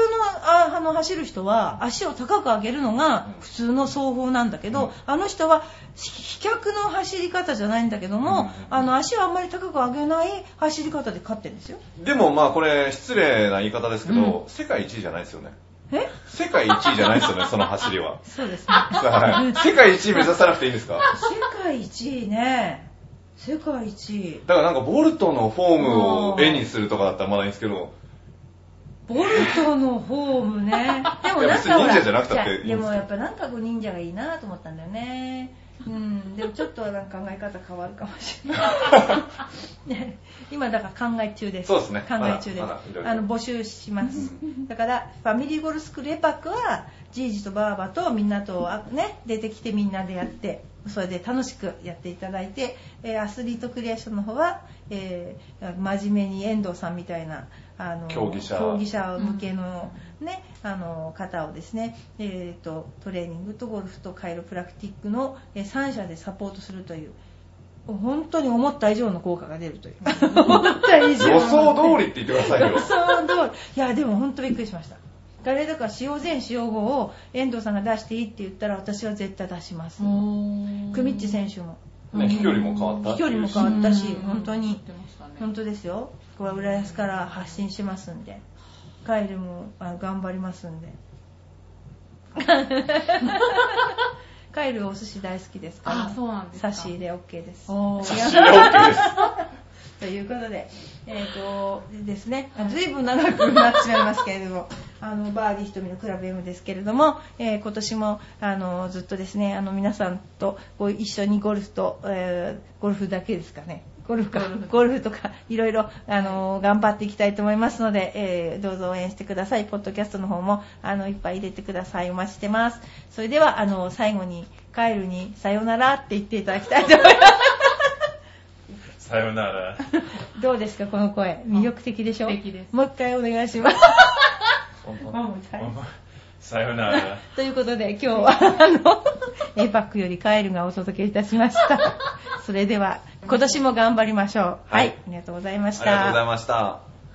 Speaker 1: ああの走る人は足を高く上げるのが普通の走法なんだけど、
Speaker 2: うん
Speaker 1: あの人はひ飛脚の走り方じゃないんだけども、
Speaker 2: うん
Speaker 1: あの足をあんまり高く上げない走り方で勝ってるんですよ
Speaker 2: でもまあこれ失礼な言い方ですけど、世界一位じゃないですよね。
Speaker 1: え
Speaker 2: 世界一位じゃな いですよね、その走りは。
Speaker 1: そうですね
Speaker 2: はい世界一位目指さなくていいんですか
Speaker 1: 世界一位ね世界一位
Speaker 2: だからなんかボルトのフォームを絵にするとかだったらまだいいんですけど、
Speaker 1: ボルトのホームね でも
Speaker 2: い
Speaker 1: な
Speaker 2: や
Speaker 1: ん
Speaker 2: 別
Speaker 1: か
Speaker 2: に
Speaker 1: ほら
Speaker 2: 忍者じゃなくたっていいんです
Speaker 1: じゃ
Speaker 2: よ
Speaker 1: あでもやっぱなんかこう忍者がいいなと思ったんだよねうんでもちょっとなんか考え方変わるかもしれない、ね、今だから考え中です
Speaker 2: そうですね
Speaker 1: 考え中です、
Speaker 2: まだまだいろいろ
Speaker 1: あの募集し ますだからファミリーゴルスクールエパックはじいじとばあばとみんなとあね出てきてみんなでやってそれで楽しくやっていただいて、えーアスリートクリエーションの方は、えー真面目に遠藤さんみたいなあの
Speaker 2: 競技者
Speaker 1: 競技者向けの,、ねあの方をですね、えー、とトレーニングとゴルフとカイロプラクティックの3社でサポートするという本当に思った以上の効果が出る という思った以上
Speaker 2: 予想通りって言ってくださいよ
Speaker 1: 予。想通りいやでも本当びっくりしました誰だから使用前使用後を遠藤さんが出していいって言ったら私は絶対出しますクミッチ選手も
Speaker 2: ね、飛距離も変わったって
Speaker 1: 飛距
Speaker 2: い
Speaker 1: 離
Speaker 2: う
Speaker 1: も
Speaker 2: し
Speaker 1: 変わったし
Speaker 5: うん
Speaker 1: 本当
Speaker 5: 言っ
Speaker 1: に
Speaker 5: てましたね
Speaker 1: 本当ですよこれは浦安から発信しますんでカエルもあ頑張りますんで カエルお寿司大好きですから
Speaker 5: あそうなんですか
Speaker 1: 差し入れ OK です
Speaker 5: おー
Speaker 2: いや OK です。
Speaker 1: ということで、えっ、と、ですね、ずいぶん長くなってしまいますけれども、 あの、バーディー瞳のクラブ M ですけれども、えー今年も、あの、ずっとですね、あの、皆さんとご一緒にゴルフと、えーゴルフだけですかね、ゴルフか
Speaker 5: ゴルフ、
Speaker 1: ゴルフとか、いろいろ、あの、頑張っていきたいと思いますので、えーどうぞ応援してください。ポッドキャストの方も、あの、いっぱい入れてください。お待ちしてます。それでは、あの、最後に、カエルに、さよならって言っていただきたいと思います。
Speaker 2: さよなら。
Speaker 1: どうですかこの声魅力的でしょ
Speaker 5: 素敵です
Speaker 1: もう一回お願いし ます
Speaker 2: さよなら。
Speaker 1: ということで今日はあの A パックよりカエルがお届けいたしましたそれでは今年も頑張りましょう
Speaker 2: はい
Speaker 1: ありがとうございまし
Speaker 2: ありがとう
Speaker 1: た
Speaker 2: ございました。